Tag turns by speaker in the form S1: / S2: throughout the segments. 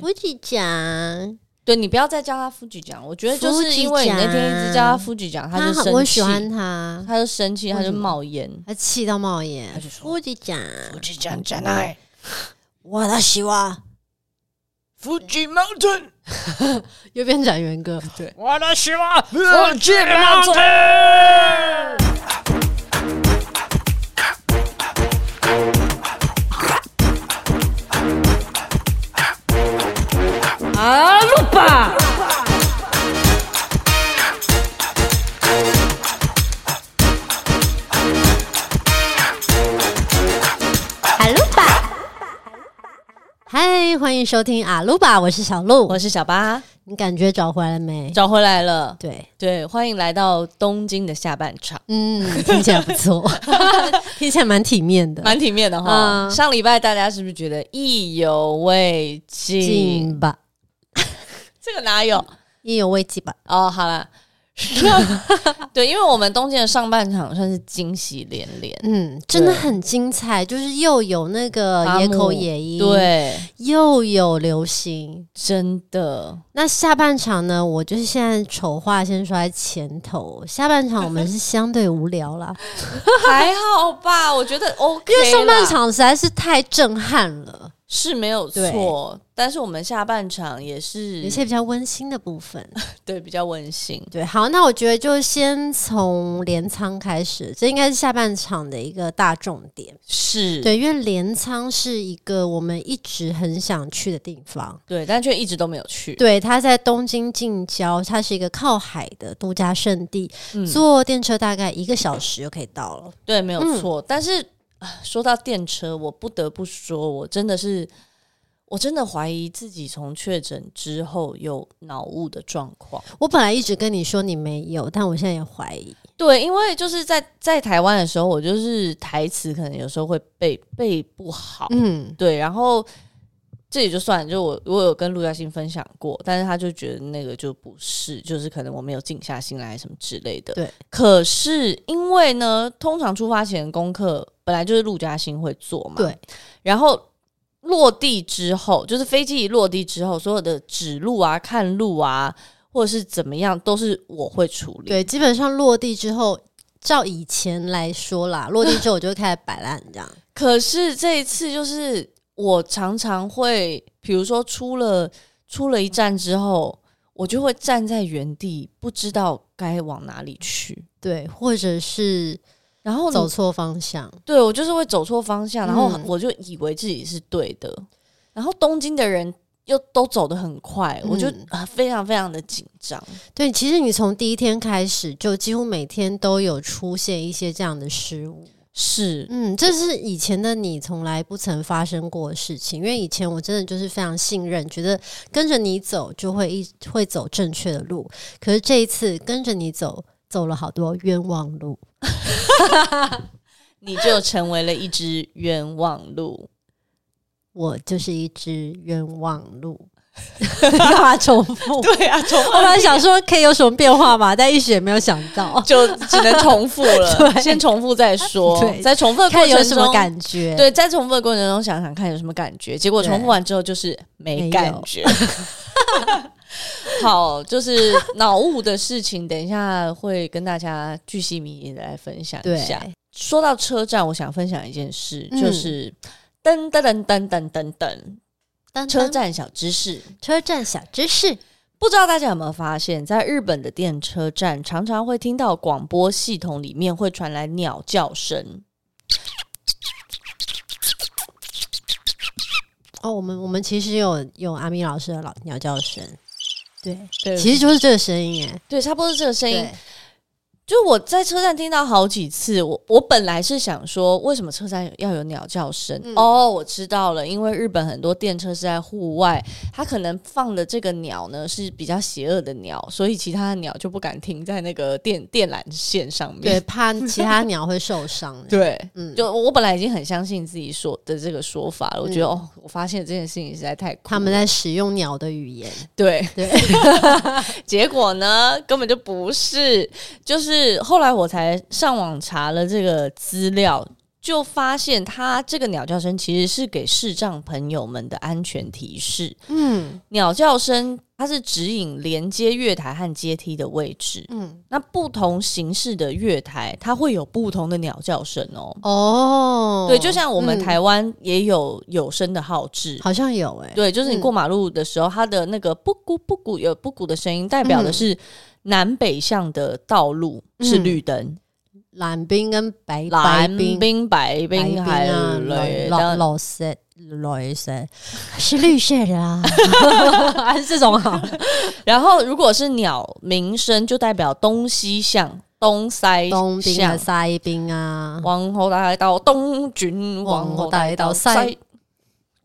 S1: 夫妻讲，
S2: 对你不要再叫他夫局长，我觉得就
S1: 夫
S2: 是
S1: 妻
S2: 因为你那天一直叫他
S1: 讲
S2: 夫局长，
S1: 他
S2: 就
S1: 很
S2: 生气，
S1: 我喜欢他，
S2: 他就生气，他
S1: 为
S2: 就
S1: 什么
S2: 冒烟，
S1: 他气到冒烟
S2: 他。就说
S1: 夫妻讲，
S2: 夫局长じゃない，
S1: 我的希望
S2: 夫局 mountain，
S1: 又变展元 哥，
S2: 我的希望，夫局 mountain。啊，路吧！
S1: 阿鲁巴。嗨，欢迎收听阿鲁巴，我是小鹿
S2: 我。是小八，
S1: 你感觉找回来了没？
S2: 找回来了。
S1: 对，
S2: 对，欢迎来到东京的下半场，
S1: 嗯，听起来不 错，听起来蛮体面的。
S2: 蛮体面的哈。
S1: 嗯
S2: 上礼拜大家是不是觉得意犹未尽？
S1: 进吧，
S2: 这个哪有？
S1: 意犹未尽吧。
S2: 哦，好啦。 对，因为我们东京的上半场算是惊喜连连，
S1: 嗯，真的很精彩，就是又有那个
S2: 阿
S1: 野口
S2: 姆
S1: 野樱，，
S2: 对，
S1: 又有流星，
S2: 真的
S1: 那下半场呢？我就是现在丑话先说在前头，下半场我们 是相对无聊啦，
S2: 还好吧？我觉得 OK，
S1: 因为上半
S2: 啦
S1: 场实在是太震撼了，
S2: 是没有错，但是我们下半场也是
S1: 有一些比较温馨的部分。
S2: 对比较温馨，
S1: 对，好，那我觉得就先从镰仓开始，这应该是下半场的一个大重点。
S2: 是
S1: 对，因为镰仓是一个我们一直很想去的地方。
S2: 对，但却一直都没有去，
S1: 对，它在东京近郊，它是一个靠海的度假胜地，
S2: 嗯
S1: 坐电车大概一个小时就可以到了。
S2: 对，没有
S1: 嗯
S2: 错。但是啊说到电车，我不得不说，我真的是，我真的怀疑自己从确诊之后有脑雾的状况。
S1: 我本来一直跟你说你没有，但我现在也怀疑。
S2: 对，因为就是在在台湾的时候，我就是台词可能有时候会背背不好，
S1: 嗯，
S2: 对，然后。这也就算了，就我我有跟陆嘉欣分享过，但是他就觉得那个就不是，就是可能我没有静下心来什么之类的。
S1: 对，
S2: 可是因为呢，通常出发前的功课本来就是陆嘉欣会做嘛，
S1: 对，
S2: 然后落地之后，就是飞机一落地之后，所有的指路啊、看路啊，或者是怎么样，都是我会处理。
S1: 对，基本上落地之后，照以前来说 啦，落地之后我就会开始摆烂这样。
S2: 可是这一次，就是我常常会，比如说出了出了一站之后，我就会站在原地，不知道该往哪里去。
S1: 对，或者是
S2: 然后你
S1: 走错方向。
S2: 对我就是会走错方向，然后
S1: 嗯
S2: 我就以为自己是对的，然后东京的人又都走得很快，我就
S1: 嗯
S2: 啊非常非常的紧张。
S1: 对，其实你从第一天开始，就几乎每天都有出现一些这样的失误。
S2: 是，
S1: 嗯，这是以前的你从来不曾发生过的事情，因为以前我真的就是非常信任，觉得跟着你走就会一会走正确的路。可是这一次跟着你走，走了好多冤枉路。
S2: 你就成为了一只冤枉 鹿。
S1: 我就是一只冤枉鹿。 干嘛重复？我
S2: 对啊，重，
S1: 本来想说可以有什么变化嘛，但一时也没有想到
S2: 就只能重复了，
S1: 对
S2: 先重复再说，
S1: 对
S2: 在重复的过
S1: 看
S2: 程
S1: 有
S2: 中
S1: 什么感觉。，
S2: 对，在重复的过程中想想看有什么感觉，结果重复完之后就是没
S1: 没
S2: 感
S1: 有
S2: 觉。 好，就是脑雾的事情，等一下会跟大家巨细靡遗的来分享一
S1: 对
S2: 下。说到车站，我想分享一件事，
S1: 嗯
S2: 就是噔噔噔噔噔噔噔，
S1: 当
S2: 车
S1: 车站
S2: 站小知识。
S1: 车站小知识，
S2: 不知道大家有没有发现，在日本的电车站，常常会听到广播系统里面会传来鸟叫声。
S1: 哦，我们我们其实有有阿米老师的老鸟叫声，对，
S2: 对
S1: 其实就是这个声音哎，
S2: 对，差不多是这个声音
S1: 对。，
S2: 就我在车站听到好几次，我我本来是想说，为什么车站要有鸟叫声？
S1: 嗯
S2: 哦，我知道了，因为日本很多电车是在户外，它可能放的这个鸟呢是比较邪恶的鸟，所以其他的鸟就不敢停在那个电 电缆线上
S1: 对，
S2: 面。
S1: 怕其他鸟会受伤。
S2: 对，
S1: 嗯，
S2: 就我本来已经很相信自己说的这个说法了，我觉得、
S1: 嗯
S2: 哦，我发现这件事情实在太酷
S1: 他们
S2: 了
S1: 在使用鸟的语言，
S2: 对
S1: 对，
S2: 结果呢，根本就不是，就是后来我才上网查了这个资料，就发现它这个鸟叫声其实是给视障朋友们的安全提示。
S1: 嗯
S2: 鸟叫声它是指引连接月台和阶梯的位置。
S1: 嗯，
S2: 那不同形式的月台，它会有不同的鸟叫声哦。
S1: 哦，
S2: 对，就像我们
S1: 嗯
S2: 台湾也有有声的号志，
S1: 好像有哎、
S2: 对，就是你
S1: 嗯
S2: 过马路的时候，它的那个布谷布谷有布谷的声音，代表的
S1: 嗯
S2: 是南北向的道路是
S1: 嗯
S2: 绿灯，
S1: 蓝冰跟白白
S2: 蓝
S1: 冰。
S2: 冰、
S1: 白
S2: 白冰还
S1: 啊，
S2: 有
S1: 绿
S2: 绿
S1: 老
S2: 灯。
S1: 老色绿色是绿色的啊， 还是这种啊好？
S2: 然后如果是鸟鸣声，就代表东西向、东西
S1: 东冰啊，
S2: 向。
S1: 西冰啊，
S2: 皇后大道东郡，
S1: 皇
S2: 皇
S1: 后
S2: 后
S1: 大
S2: 大
S1: 道
S2: 道
S1: 塞
S2: 塞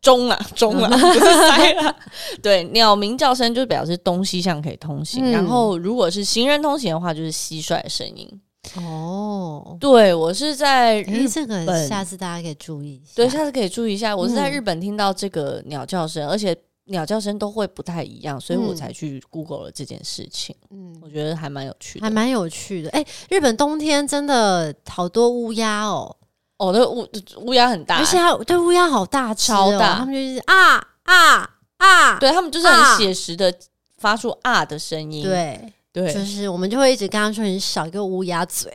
S2: 中啦，中 啦，不是塞啦。对，鸟鸣叫声就表示东西向可以通行，
S1: 嗯
S2: 然后如果是行人通行的话，就是蟋蟀的声音。
S1: 啊哦，
S2: 对我是在
S1: 诶，
S2: 日，
S1: 这个
S2: 本
S1: 下次大家可以注意一下。
S2: 对，下次可以注意一下，我是在
S1: 嗯
S2: 日本听到这个鸟叫声，而且。鸟叫声都会不太一样，所以我
S1: 嗯
S2: 才去 Google 了这件事情，
S1: 嗯
S2: 我，觉得还蛮有趣的
S1: 还。蛮有趣的。哎、日本冬天真的好多乌鸦哦，
S2: 哦，那个乌乌鸦很大，欸
S1: 而且它对乌鸦好大只、哦，
S2: 超大
S1: 他们就是啊啊啊，
S2: 对他们就是
S1: 啊
S2: 很写实的发出啊的声音。
S1: 对
S2: 对，
S1: 就是我们就会一直跟他说你少一个乌鸦嘴，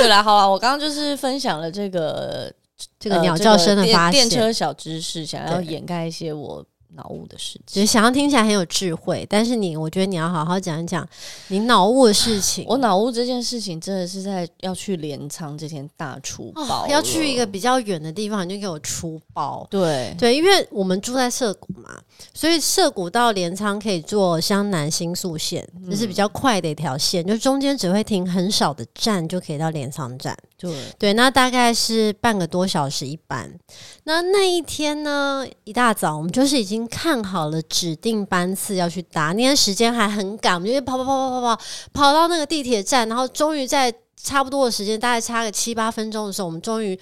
S2: 对啦，好啦，我刚刚就是分享了这个
S1: 这个
S2: 呃
S1: 鸟叫声的
S2: 这个
S1: 发现。
S2: 电电车小知识，想要
S1: 对
S2: 掩盖一些我脑雾的事
S1: 只是
S2: 情。
S1: 想要听起来很有智慧，但是你，我觉得你要好好讲一讲你脑雾的事情。
S2: 我脑雾这件事情真的是在要去镰仓这天大出包
S1: 哦
S2: 了、
S1: 要去一个比较远的地方，你就给我出包。
S2: 对
S1: 对，因为我们住在涩谷嘛，所以涩谷到镰仓可以坐湘南新宿线，这
S2: 嗯
S1: 是比较快的一条线，就中间只会停很少的站就可以到镰仓站。
S2: 对
S1: 对，那大概是半个多小时一班。那那一天呢，一大早我们就是已经看好了指定班次要去搭，那天时间还很赶，我们就跑跑跑跑跑跑跑到那个地铁站，然后终于在差不多的时间，大概差个七八分钟的时候，我们终于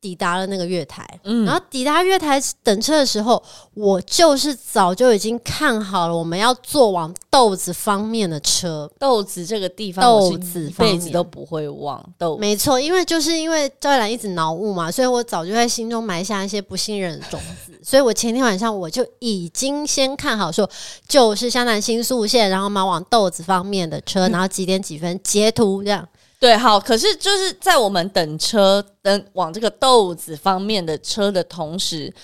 S1: 抵达了那个月台。
S2: 嗯
S1: 然后抵达月台等车的时候，我就是早就已经看好了我们要坐往豆子方面的车。
S2: 豆子这个地方，我
S1: 豆子
S2: 是一
S1: 方
S2: 辈
S1: 面
S2: 子都不会忘豆。
S1: 没错，因为就是因为赵一兰一直挠物嘛，所以我早就在心中埋下一些不信任的种子。所以我前天晚上我就已经先看好说，就是湘南新宿线，然后嘛往豆子方面的车，然后几点几分截图这样。
S2: 对，好，可是就是在我们等车等往这个豆子方面的车的同时，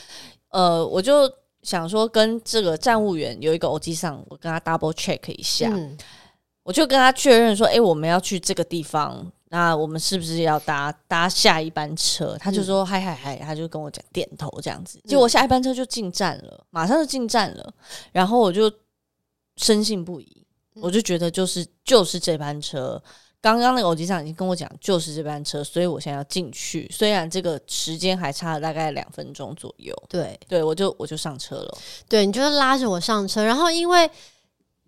S2: 呃，我就想说跟这个站务员有一个 O G 上，我跟他 double check 一下，
S1: 嗯，
S2: 我就跟他确认说，诶，哎我们要去这个地方，那我们是不是要搭搭下一班车？他就说、嗨嗨嗨，他就跟我讲点头这样子。结果下一班车就进站了，马上就进站了，然后我就深信不疑，
S1: 嗯
S2: 我就觉得就是就是这班车。刚刚那个耳机上已经跟我讲，就是这班车，所以我现在要进去。虽然这个时间还差了大概两分钟左右，
S1: 对
S2: 对我就我就上车了。
S1: 对，你就是拉着我上车，然后因为。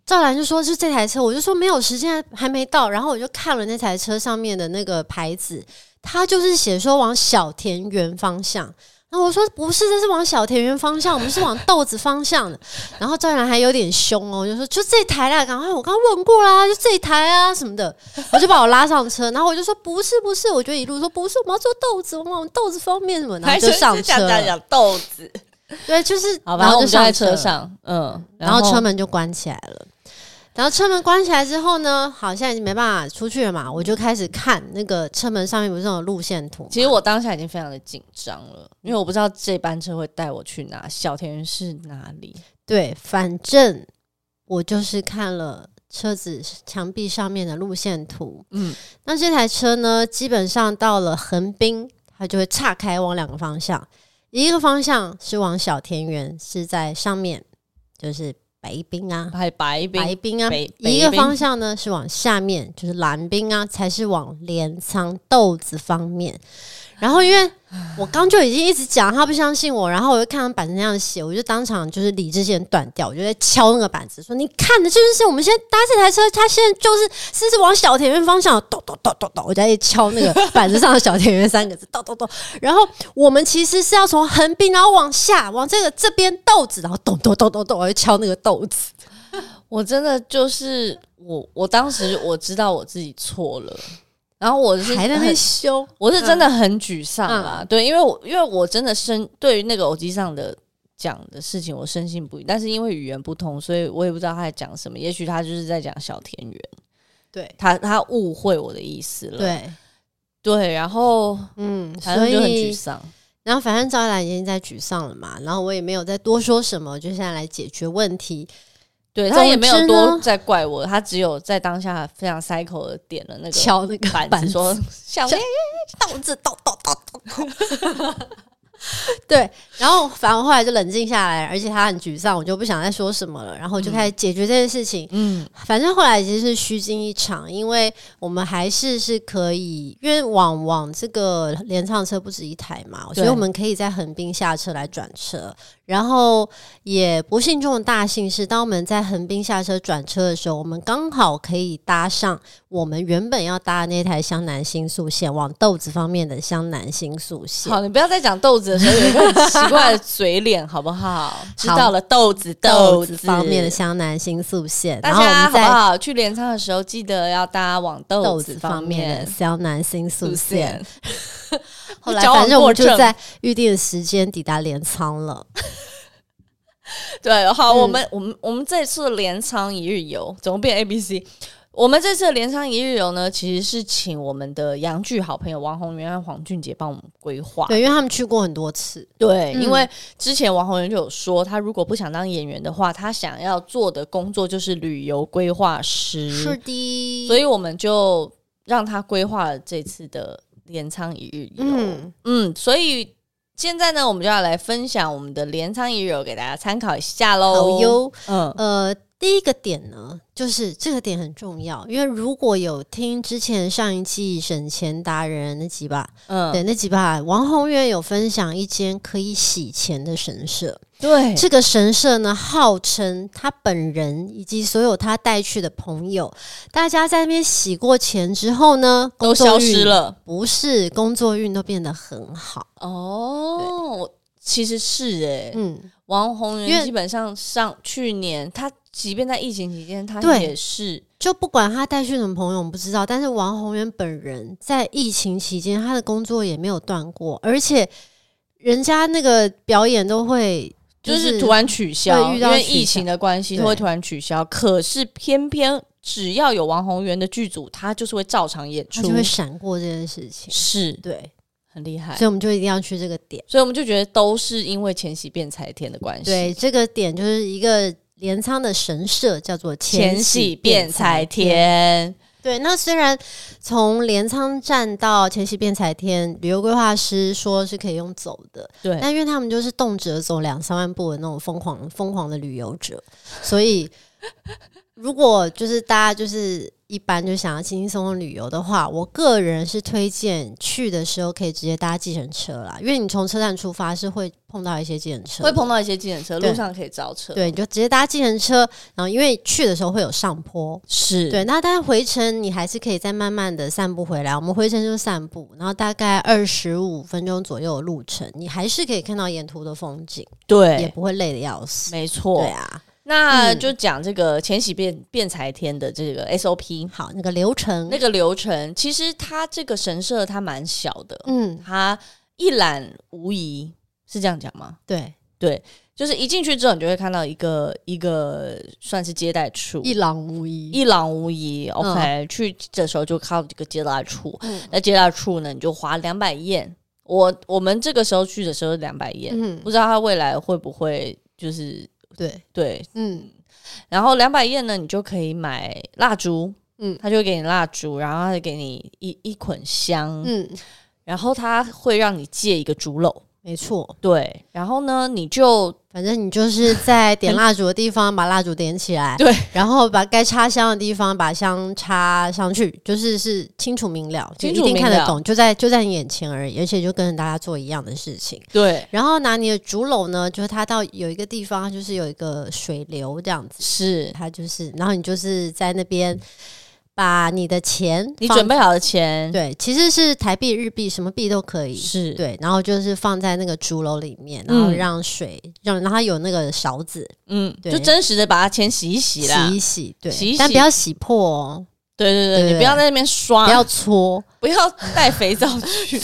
S1: 赵兰就说是这台车，我就说没有时间还没到，然后我就看了那台车上面的那个牌子，它就是写说往小田园方向。然后我说不是，这是往小田园方向，我们是往豆子方向的。然后赵然还有点凶哦，就说就这台啦，赶快我刚问过啦，就这台啊什 么的，我就把我拉上车。然后我就说不是不是，我就一路说不是，我们要做豆子，我们往豆子方面什么，然后就上车
S2: 讲讲
S1: 了。
S2: 讲豆子，
S1: 对，就是
S2: 好吧，
S1: 然
S2: 然
S1: 后就
S2: 后我们就
S1: 上
S2: 在
S1: 车
S2: 车上，嗯，
S1: 然后车门就关起来了。然后车门关起来之后呢，好，现在已经没办法出去了嘛，我就开始看那个车门上面不是有路线图吗，
S2: 其实我当下已经非常的紧张了，因为我不知道这班车会带我去哪，小田园是哪里。
S1: 对，反正我就是看了车子墙壁上面的路线图。
S2: 嗯，
S1: 那这台车呢，基本上到了横滨，它就会岔开往两个方向，一个方向是往小田园，是在上面，就是北滨啊，
S2: 还白冰
S1: 白冰啊
S2: 北，北
S1: 一个
S2: 冰
S1: 方向呢是往下面，就是蓝冰啊，才是往镰仓豆子方面。然后因 为我刚就已经一直讲他不相信我，然后我就看他板子那样写，我就当场就是理智线断掉，我就在敲那个板子说：“你看的就是我们现在搭这台车，它现在就是是是往小田园方向，咚咚咚咚咚，我在敲那个板子上的小田园三个字，咚咚咚。然后我们其实是要从横滨，然后往下往这个这边豆子，然后咚咚咚咚咚，我就敲那个豆子。
S2: 我真的就是我，我当时我知道我自己错了，然后我是
S1: 还在那
S2: 很
S1: 边嗯修，
S2: 我是真的很沮丧啦，对，因为我因为我真的身对于那个耳机上的讲的事情，我深信不疑。但是因为语言不通，所以我也不知道他在讲什么。也许他就是在讲小田园，
S1: 对
S2: 他他误会我的意思了。
S1: 对，
S2: 对，然后
S1: 嗯，
S2: 反
S1: 所
S2: 正就很沮
S1: 以
S2: 丧。
S1: 然后反正赵一兰已经在沮丧了嘛，然后我也没有再多说什么，就现在来解决问题。
S2: 对
S1: 总
S2: 他也没
S1: 之
S2: 有
S1: 呢
S2: 多在怪我，他只有在当下非常 cycle 的点了那个
S1: 敲那个
S2: 板
S1: 板
S2: 子， 说
S1: 子
S2: 小
S1: 小
S2: 燕
S1: 倒字倒倒倒倒倒。 对，然后反正我后来就冷静下来，而且他很沮丧，我就不想再说什么了，然后我就开始解决这件事情。
S2: 嗯，
S1: 反正后来其实是虚惊一场，因为我们还是是可以，因为往往这个联唱车不止一台嘛，所以我们可以在横滨下车来转车。然后也不幸中的大幸是，当我们在横滨下车转车的时候，我们刚好可以搭上我们原本要搭的那台湘南新宿线，往豆子方面的湘南新宿线。
S2: 好，你不要再讲豆子的时候有一个很奇怪的嘴脸，好不好？知道了，豆子
S1: 豆
S2: 子
S1: 子方面的湘南新宿线，
S2: 大
S1: 然后我
S2: 家
S1: 们
S2: 好不
S1: 在
S2: 好？去镰仓的时候记得要搭往
S1: 豆
S2: 豆
S1: 子
S2: 子
S1: 方
S2: 方
S1: 面
S2: 面
S1: 的湘南新宿
S2: 路
S1: 线。
S2: 线。
S1: 后来
S2: 矫枉
S1: 反正我们就
S2: 过正
S1: 在预定的时间抵达镰仓了。
S2: 对，好，
S1: 嗯
S2: 我们我们我们这次镰仓一日游怎么变 A B C？我们这次镰仓一日游呢，其实是请我们的洋剧好朋友王宏源和黄俊杰帮我们规划。
S1: 对，因为他们去过很多次，
S2: 对，
S1: 嗯
S2: 因为之前王宏源就有说，他如果不想当演员的话，他想要做的工作就是旅游规划师。
S1: 的
S2: 所
S1: 以
S2: 以我们就让他规划了这次的镰仓一日游。嗯
S1: 嗯，
S2: 所以现在呢，我们就要来分享我们的镰仓一日游给大家参考一下喽。
S1: 好，哟。
S2: 嗯，
S1: 呃，第一个点呢，就是这个点很重要，因为如果有听之前上一季省钱达人那集吧，
S2: 嗯，
S1: 对那集吧，王宏源有分享一间可以洗钱的神社，
S2: 对
S1: 这个神社呢，号称他本人以及所有他带去的朋友，大家在那边洗过钱之后呢，
S2: 都
S1: 工作
S2: 消
S1: 运
S2: 失了
S1: 不是工作运都变得很好，
S2: 哦。其实是哎、
S1: 嗯，
S2: 王宏
S1: 因
S2: 源
S1: 为
S2: 基本上上去年他。即便在疫情期间，他
S1: 对
S2: 也是
S1: 就不管他带去什么朋友，我们不知道，但是王宏源本人在疫情期间，他的工作也没有断过，而且人家那个表演都会
S2: 就是突然取消，
S1: 对遇
S2: 因
S1: 到
S2: 为
S1: 取
S2: 疫
S1: 消
S2: 情的关系，
S1: 对
S2: 他会突然取消。可是偏偏只要有王宏源的剧组，他就是会照常演
S1: 他
S2: 出，
S1: 就会闪过这件事情，
S2: 是
S1: 对，
S2: 很厉害
S1: 所以。我们就一定要去这个点。
S2: 所以我们就觉得都是因为前喜变才天的关系。
S1: 对，，这个点就是一个镰仓的神社，叫做
S2: 前
S1: 喜
S2: 喜变才。天，
S1: 对，那虽然从镰仓站到前喜变才天，旅游规划师说是可以用走的，
S2: 对，
S1: 但因为他们就是动辄走两三万步的那种疯狂疯狂的旅游者， 所以如果就是大家就是一般就想要轻轻松松旅游的话，我个人是推荐去的时候可以直接搭计程车啦，因为你从车站出发是会碰到一些计程车的，
S2: 会碰到一些计程车，
S1: 对
S2: 路上可以招车。，
S1: 对，你就直接搭计程车，然后因为去的时候会有上坡，
S2: 是，
S1: 对，那但是回程你还是可以再慢慢的散步回来。我们回程就散步，然后大概二十五分钟左右的路程，你还是可以看到沿途的风景，也
S2: 对，
S1: 不会累的要死。
S2: 没错。
S1: 对啊，
S2: 那
S1: 嗯
S2: 就讲这个前喜变变才天的这个 SOP
S1: 好，那个流程，
S2: 那个流程，其实它这个神社它蛮小的，
S1: 嗯，
S2: 它一览无遗，是这样讲吗？
S1: 对，
S2: 对，就是一进去之后，你就会看到一个一个算是接待处，
S1: 一览无遗。
S2: 一览无遗。OK，、去的时候就靠这个接待处，
S1: 嗯
S2: 那接待处呢，你就花两百宴。我我们这个时候去的时候两百宴，
S1: 嗯，
S2: 不知道他未来会不会就是
S1: 对，
S2: 对。
S1: 嗯
S2: 然后两百宴呢，你就可以买蜡烛，
S1: 嗯
S2: 他就会给你蜡烛，然后他会给你一一捆香，
S1: 嗯，
S2: 然后他会让你借一个竹篓。
S1: 没错，
S2: 对，然后呢，你就
S1: 反正你就是在点蜡烛的地方把蜡烛点起来，
S2: 对，
S1: 然后把该插香的地方把香插上去，就是是清楚明了，就
S2: 清
S1: 一
S2: 楚
S1: 定看
S2: 明
S1: 得
S2: 了
S1: 懂，就在就在你眼前而已，而且就跟着大家做一样的事情。
S2: 对
S1: 然后拿你的竹篓呢，就是它到有一个地方，就是有一个水流这样子，
S2: 是
S1: 它就是，然后你就是在那边把你的钱
S2: 嗯你
S1: 放
S2: 准备好的钱，
S1: 对，其实是台币、日币，什么币都可以。
S2: 是，
S1: 对，然后就是放在那个竹篓里面，然后
S2: 嗯
S1: 让水，让让它有那个勺子
S2: 嗯，
S1: 对
S2: 就真实的把它钱洗一洗啦，
S1: 洗一洗，对，
S2: 洗一洗啊
S1: 但不要洗破哦，
S2: 对对
S1: 对
S2: 对，
S1: 对
S2: 你不要在那边刷，
S1: 不要搓，
S2: 不要带肥皂 去，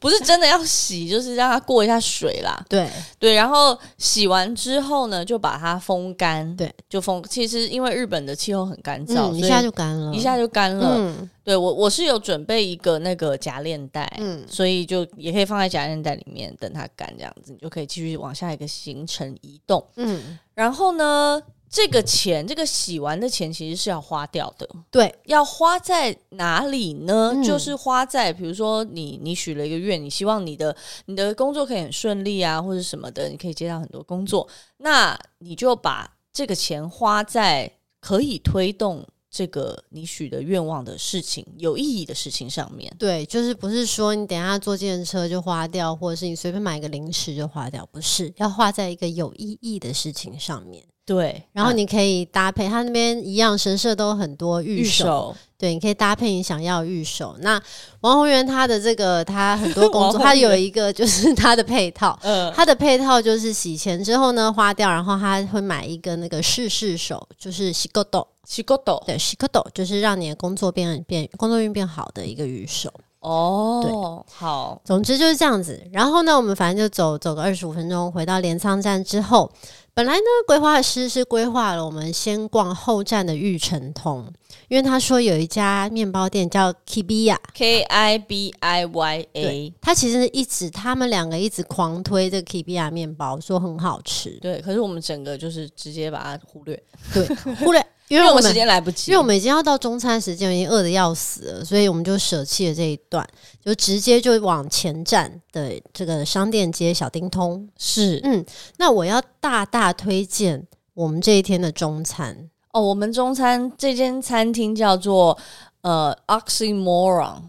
S2: 不是真的要洗，就是让它过一下水啦。
S1: 对
S2: 对，然后洗完之后呢，就把它风干。
S1: 对，
S2: 就风。其实因为日本的气候很干燥，
S1: 嗯，
S2: 所以
S1: 一下就干了，
S2: 一下就干了。
S1: 嗯
S2: 对我我是有准备一个那个夹链袋，
S1: 嗯
S2: 所以就也可以放在夹链袋里面等它干，这样子你就可以继续往下一个行程移动。
S1: 嗯，
S2: 然后呢，这个钱，这个洗完的钱其实是要花掉的，
S1: 对，
S2: 要花在哪里呢？
S1: 嗯
S2: 就是花在比如说你你许了一个愿，你希望你的你的工作可以很顺利啊，或者什么的，你可以接到很多工作，那你就把这个钱花在可以推动。这个你许的愿望的事情，有意义的事情上面，
S1: 对，就是不是说你等一下坐计程车就花掉，或者是你随便买个零食就花掉，不是要花在一个有意义的事情上面。
S2: 对，
S1: 然后你可以搭配，它那边一样神社都有很多
S2: 预
S1: 御手，
S2: 手，
S1: 对，你可以搭配你想要的御守。那王宏源他的这个他很多工
S2: 王
S1: 作，
S2: 宏
S1: 他有
S2: 源
S1: 一个就是他的配套，
S2: 呃，
S1: 他的配套就是洗钱之后呢花掉，然后他会买一个那个试试手，就是洗够豆，
S2: 西沟斗
S1: 对，洗够豆就是让你的工作变变工作运变好的一个御守。
S2: 哦，好，
S1: 总之就是这样子。然后呢，我们反正就走走个二十五分钟，回到镰仓站之后，本来呢规划师是规划了我们先逛后站的玉城通，因为他说有一家面包店叫 Kibiya。
S2: K I B I Y A，
S1: 对他其实一直他们两个一直狂推这个 Kibiya 面包，说很好吃，
S2: 对，可是我们整个就是直接把它忽略，
S1: 对，忽 略，因
S2: 因
S1: 为
S2: 为
S1: 我
S2: 我们
S1: 们
S2: 时间来不及，
S1: 因为我们已经要到中餐时间，已经饿得要死了，所以我们就舍弃了这一段，就直接就往前站的这个商店街小丁通。
S2: 是
S1: 嗯，那我要大大推荐我们这一天的中餐，
S2: 哦，我们中餐这间餐厅叫做呃 Oxymoron。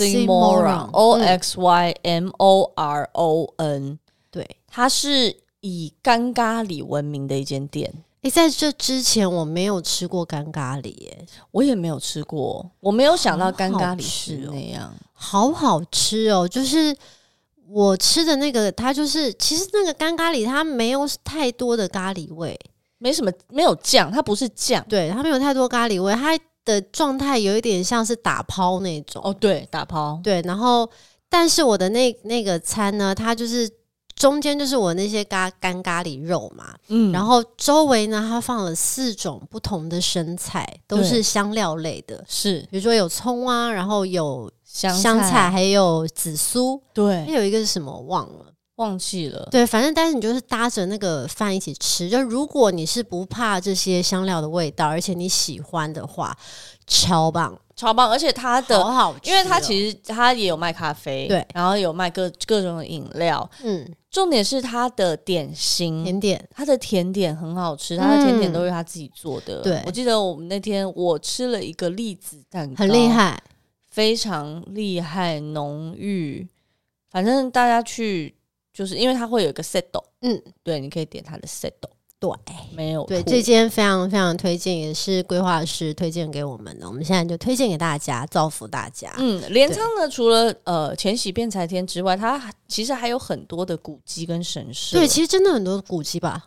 S1: Oxymoron，
S2: O
S1: 嗯
S2: X Y M O R O N，
S1: 对。
S2: 它是以干咖喱闻名的一间店，
S1: 诶，在这之前我没有吃过干咖喱耶，
S2: 我也没有吃过，我没有想到干
S1: 好好
S2: 咖喱
S1: 吃
S2: 是
S1: 哦
S2: 那样。
S1: 好好吃哦！就是我吃的那个，它就是其实那个干咖喱它没有太多的咖喱味，
S2: 没什么，没有酱，它不是酱。
S1: 对，它没有太多咖喱味，它的状态有一点像是打抛那种。
S2: 哦，对，打抛，
S1: 对，然后但是我的那那个餐呢，它就是中间就是我那些咖干咖喱肉嘛，
S2: 嗯
S1: 然后周围呢，它放了四种不同的生菜，都
S2: 对
S1: 是香料类的，
S2: 是
S1: 比如说有葱啊，然后有
S2: 香
S1: 香菜，嗯还有紫苏，还
S2: 对，
S1: 有一个是什么忘了。
S2: 忘记了，
S1: 对，反正但是你就是搭着那个饭一起吃。就如果你是不怕这些香料的味道，而且你喜欢的话，超棒，
S2: 超棒！而且它的，
S1: 好好吃哦、
S2: 因为它其实它也有卖咖啡，
S1: 对，
S2: 然后有卖各各种的饮料，
S1: 嗯，
S2: 重点是它的点心。
S1: 甜点
S2: 它的甜点很好吃，它的甜点都是他自己做的。
S1: 对
S2: 我记得我们那天我吃了一个栗子蛋糕，
S1: 很厉，害，
S2: 非常厉害，浓郁。反正大家去，就是因为它会有一个 settle，
S1: 嗯，
S2: 对，你可以点它的 settle，
S1: 对。
S2: 没有
S1: 对，
S2: 吐
S1: 这间非常非常推荐，也是规划师推荐给我们的，我们现在就推荐给大家，造福大家。
S2: 嗯，镰仓呢，除了呃前喜变财天之外，它还其实还有很多的古迹跟神社。
S1: 对，其实真的很多古迹吧，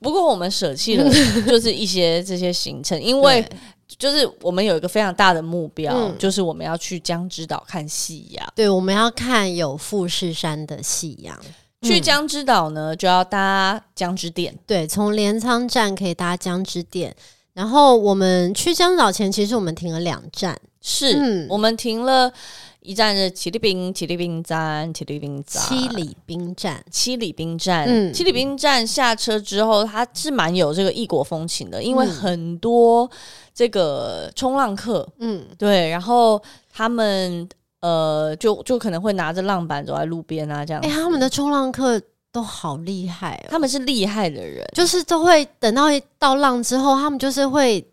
S2: 不过我们舍弃了就是一些这些行程，因为
S1: 嗯对
S2: 就是我们有一个非常大的目标，
S1: 嗯
S2: 就是我们要去江之岛看夕阳。
S1: 对，我们要看有富士山的夕阳。
S2: 去
S1: 嗯
S2: 江之岛呢，就要搭江之电。
S1: 对，从镰仓站可以搭江之电，然后我们去江之岛前，其实我们停了两站，
S2: 是、
S1: 嗯
S2: 我们停了一站是起立冰，起立冰站，起立冰站，
S1: 七里滨站。
S2: 七里滨站，
S1: 嗯
S2: 七里滨站下车之后，它是蛮有这个异国风情的，因为
S1: 嗯
S2: 很多这个冲浪客，
S1: 嗯，
S2: 对，然后他们呃，就就可能会拿着浪板走在路边啊，这样
S1: 哎、
S2: 子。
S1: 他们的冲浪客都好厉害哦，
S2: 他们是厉害的人，
S1: 就是都会等到一到浪之后，他们就是会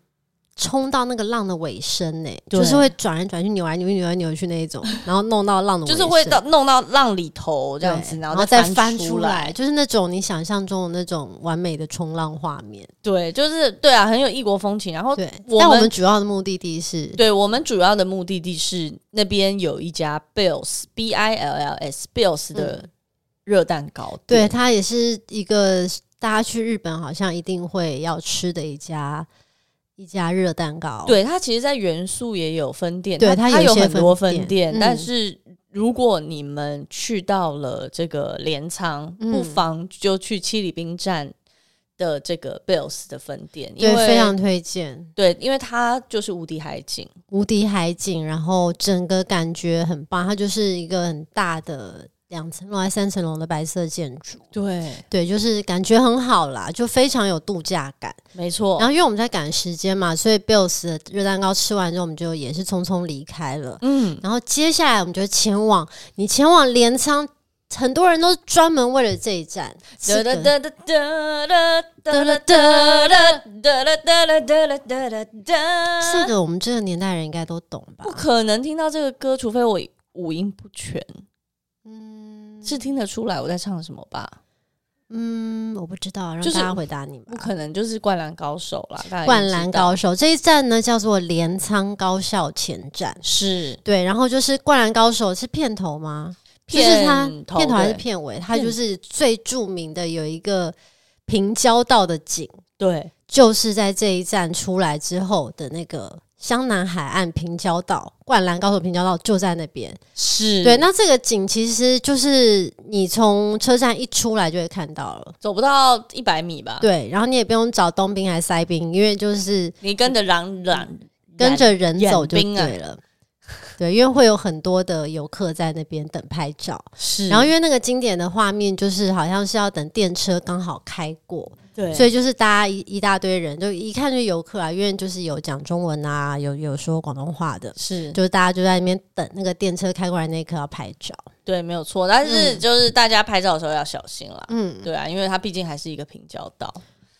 S1: 冲到那个浪的尾声呢、哎
S2: 对
S1: 就是会转来转去、扭来扭去、扭来扭去那一种，然后弄到浪的尾
S2: 就
S1: 声，
S2: 是会到弄到浪里头这
S1: 对
S2: 样子，然
S1: 然
S2: 后
S1: 再
S2: 翻
S1: 出
S2: 来。
S1: 就是那种你想象中的那种完美的冲浪画面。
S2: 对，就是对啊，很有异国风情。然后
S1: 对，
S2: 我
S1: 但我
S2: 们
S1: 们主要的目的地是，
S2: 对我们主要的目的地是那边有一家 Bills 嗯
S1: 嗯
S2: B I L L S Bills 的热蛋糕店
S1: 对，它也是一个大家去日本好像一定会要吃的一家一家热蛋糕。
S2: 对，它其实，在元素也有分店，
S1: 对
S2: 它
S1: 它有
S2: 有
S1: 一些
S2: 很多
S1: 分
S2: 分
S1: 店
S2: 店，但
S1: 嗯
S2: 是。如果你们去到了这个镰仓，
S1: 嗯
S2: 不妨就去七里滨站的这个 Bills 的分店，因
S1: 对，
S2: 为
S1: 非常推荐，
S2: 对，因为它就是无敌海景，
S1: 无敌海景，然后整个感觉很棒，它就是一个很大的两层楼还是三层楼的白色建筑。
S2: 对，
S1: 对，就是感觉很好啦，就非常有度假感。
S2: 没错
S1: 然。后因为我们在赶时间嘛，所以 Bills 的热蛋糕吃完之后，我们就也是匆匆离开了。
S2: 嗯，
S1: 然后接下来我们就前往，你前往镰仓，很多人都专门为了这一站。
S2: 哒
S1: 是
S2: 哒
S1: 的
S2: 哒哒哒哒哒哒哒哒哒哒哒哒哒哒哒哒。
S1: 这个我们这个年代人应该都懂吧
S2: 不？可能听到这个歌，除非我五音不全，
S1: 嗯
S2: 是听得出来我在唱什么吧？
S1: 嗯，我不知道，让
S2: 就是
S1: 大家回答你吧
S2: 不。可能，就是《灌篮高手》啦，大
S1: 嗯
S2: 家已经
S1: 灌篮
S2: 知道
S1: 高手这一站呢，叫做镰仓高校前站。
S2: 是
S1: 对，然后就是《灌篮高手》是片头吗？就是它
S2: 片头
S1: 片头还是
S2: 对
S1: 片尾？它
S2: 片
S1: 就是最著名的有一个平交道的景，
S2: 对
S1: 就是在这一站出来之后的那个湘南海岸平交道，灌篮高手平交道就在那边。
S2: 是
S1: 对，那这个景其实就是你从车站一出来就会看到了。
S2: 走不到一百米吧？，
S1: 对，然后你也不用找冬兵还是塞兵，因为就是
S2: 你跟着嚷嚷，
S1: 跟着人
S2: 眼
S1: 走就
S2: 兵啊
S1: 对了。对，因为会有很多的游客在那边等拍照，
S2: 是，
S1: 然后因为那个经典的画面就是好像是要等电车刚好开过，
S2: 对，
S1: 所以就是大家一一大堆人，就一看就游客啊，因为就是有讲中文啊，有有说广东话的，
S2: 是
S1: 就是大家就在那边等那个电车开过来那一刻要拍照。
S2: 对，没有错。但是
S1: 嗯
S2: 就是大家拍照的时候要小心啦。
S1: 嗯，
S2: 对啊，因为它毕竟还是一个平交道。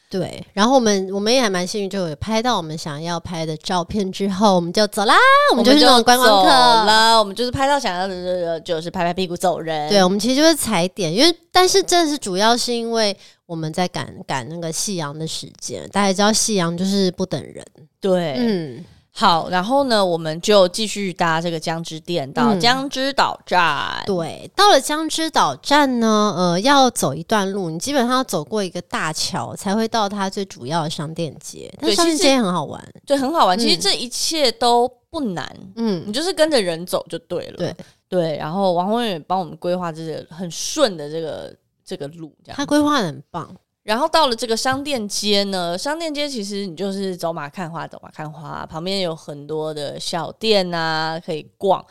S1: 对。然后我们我们也还蛮幸运，就有拍到我们想要拍的照片之后，我们就走啦，我们就是那种观光
S2: 走
S1: 客。
S2: 了，我们就是拍到想要的，就是拍拍屁股走人。
S1: 对，我哦们其实就是踩点，因为但是这是主要是因为我们在赶赶那个夕阳的时间，大家也知道夕阳就是不等人，
S2: 对，
S1: 嗯，
S2: 好，然后呢，我们就继续搭这个江之电到
S1: 嗯
S2: 江之岛站。
S1: 对，到了江之岛站呢，呃，要走一段路，你基本上要走过一个大桥才会到它最主要的商店街。但
S2: 对
S1: 商
S2: 其
S1: 店
S2: 实
S1: 街也很好玩，
S2: 对，很好玩。其实
S1: 嗯
S2: 这一切都不难，你
S1: 嗯，
S2: 就是跟着人走就对了。
S1: 对
S2: 对，然后王宏远帮我们规划这个很顺的这个这个路，这样
S1: 它规划得很棒，
S2: 然后到了这个商店街呢，商店街其实你就是走马看花，走马看花，旁边有很多的小店啊，可以逛。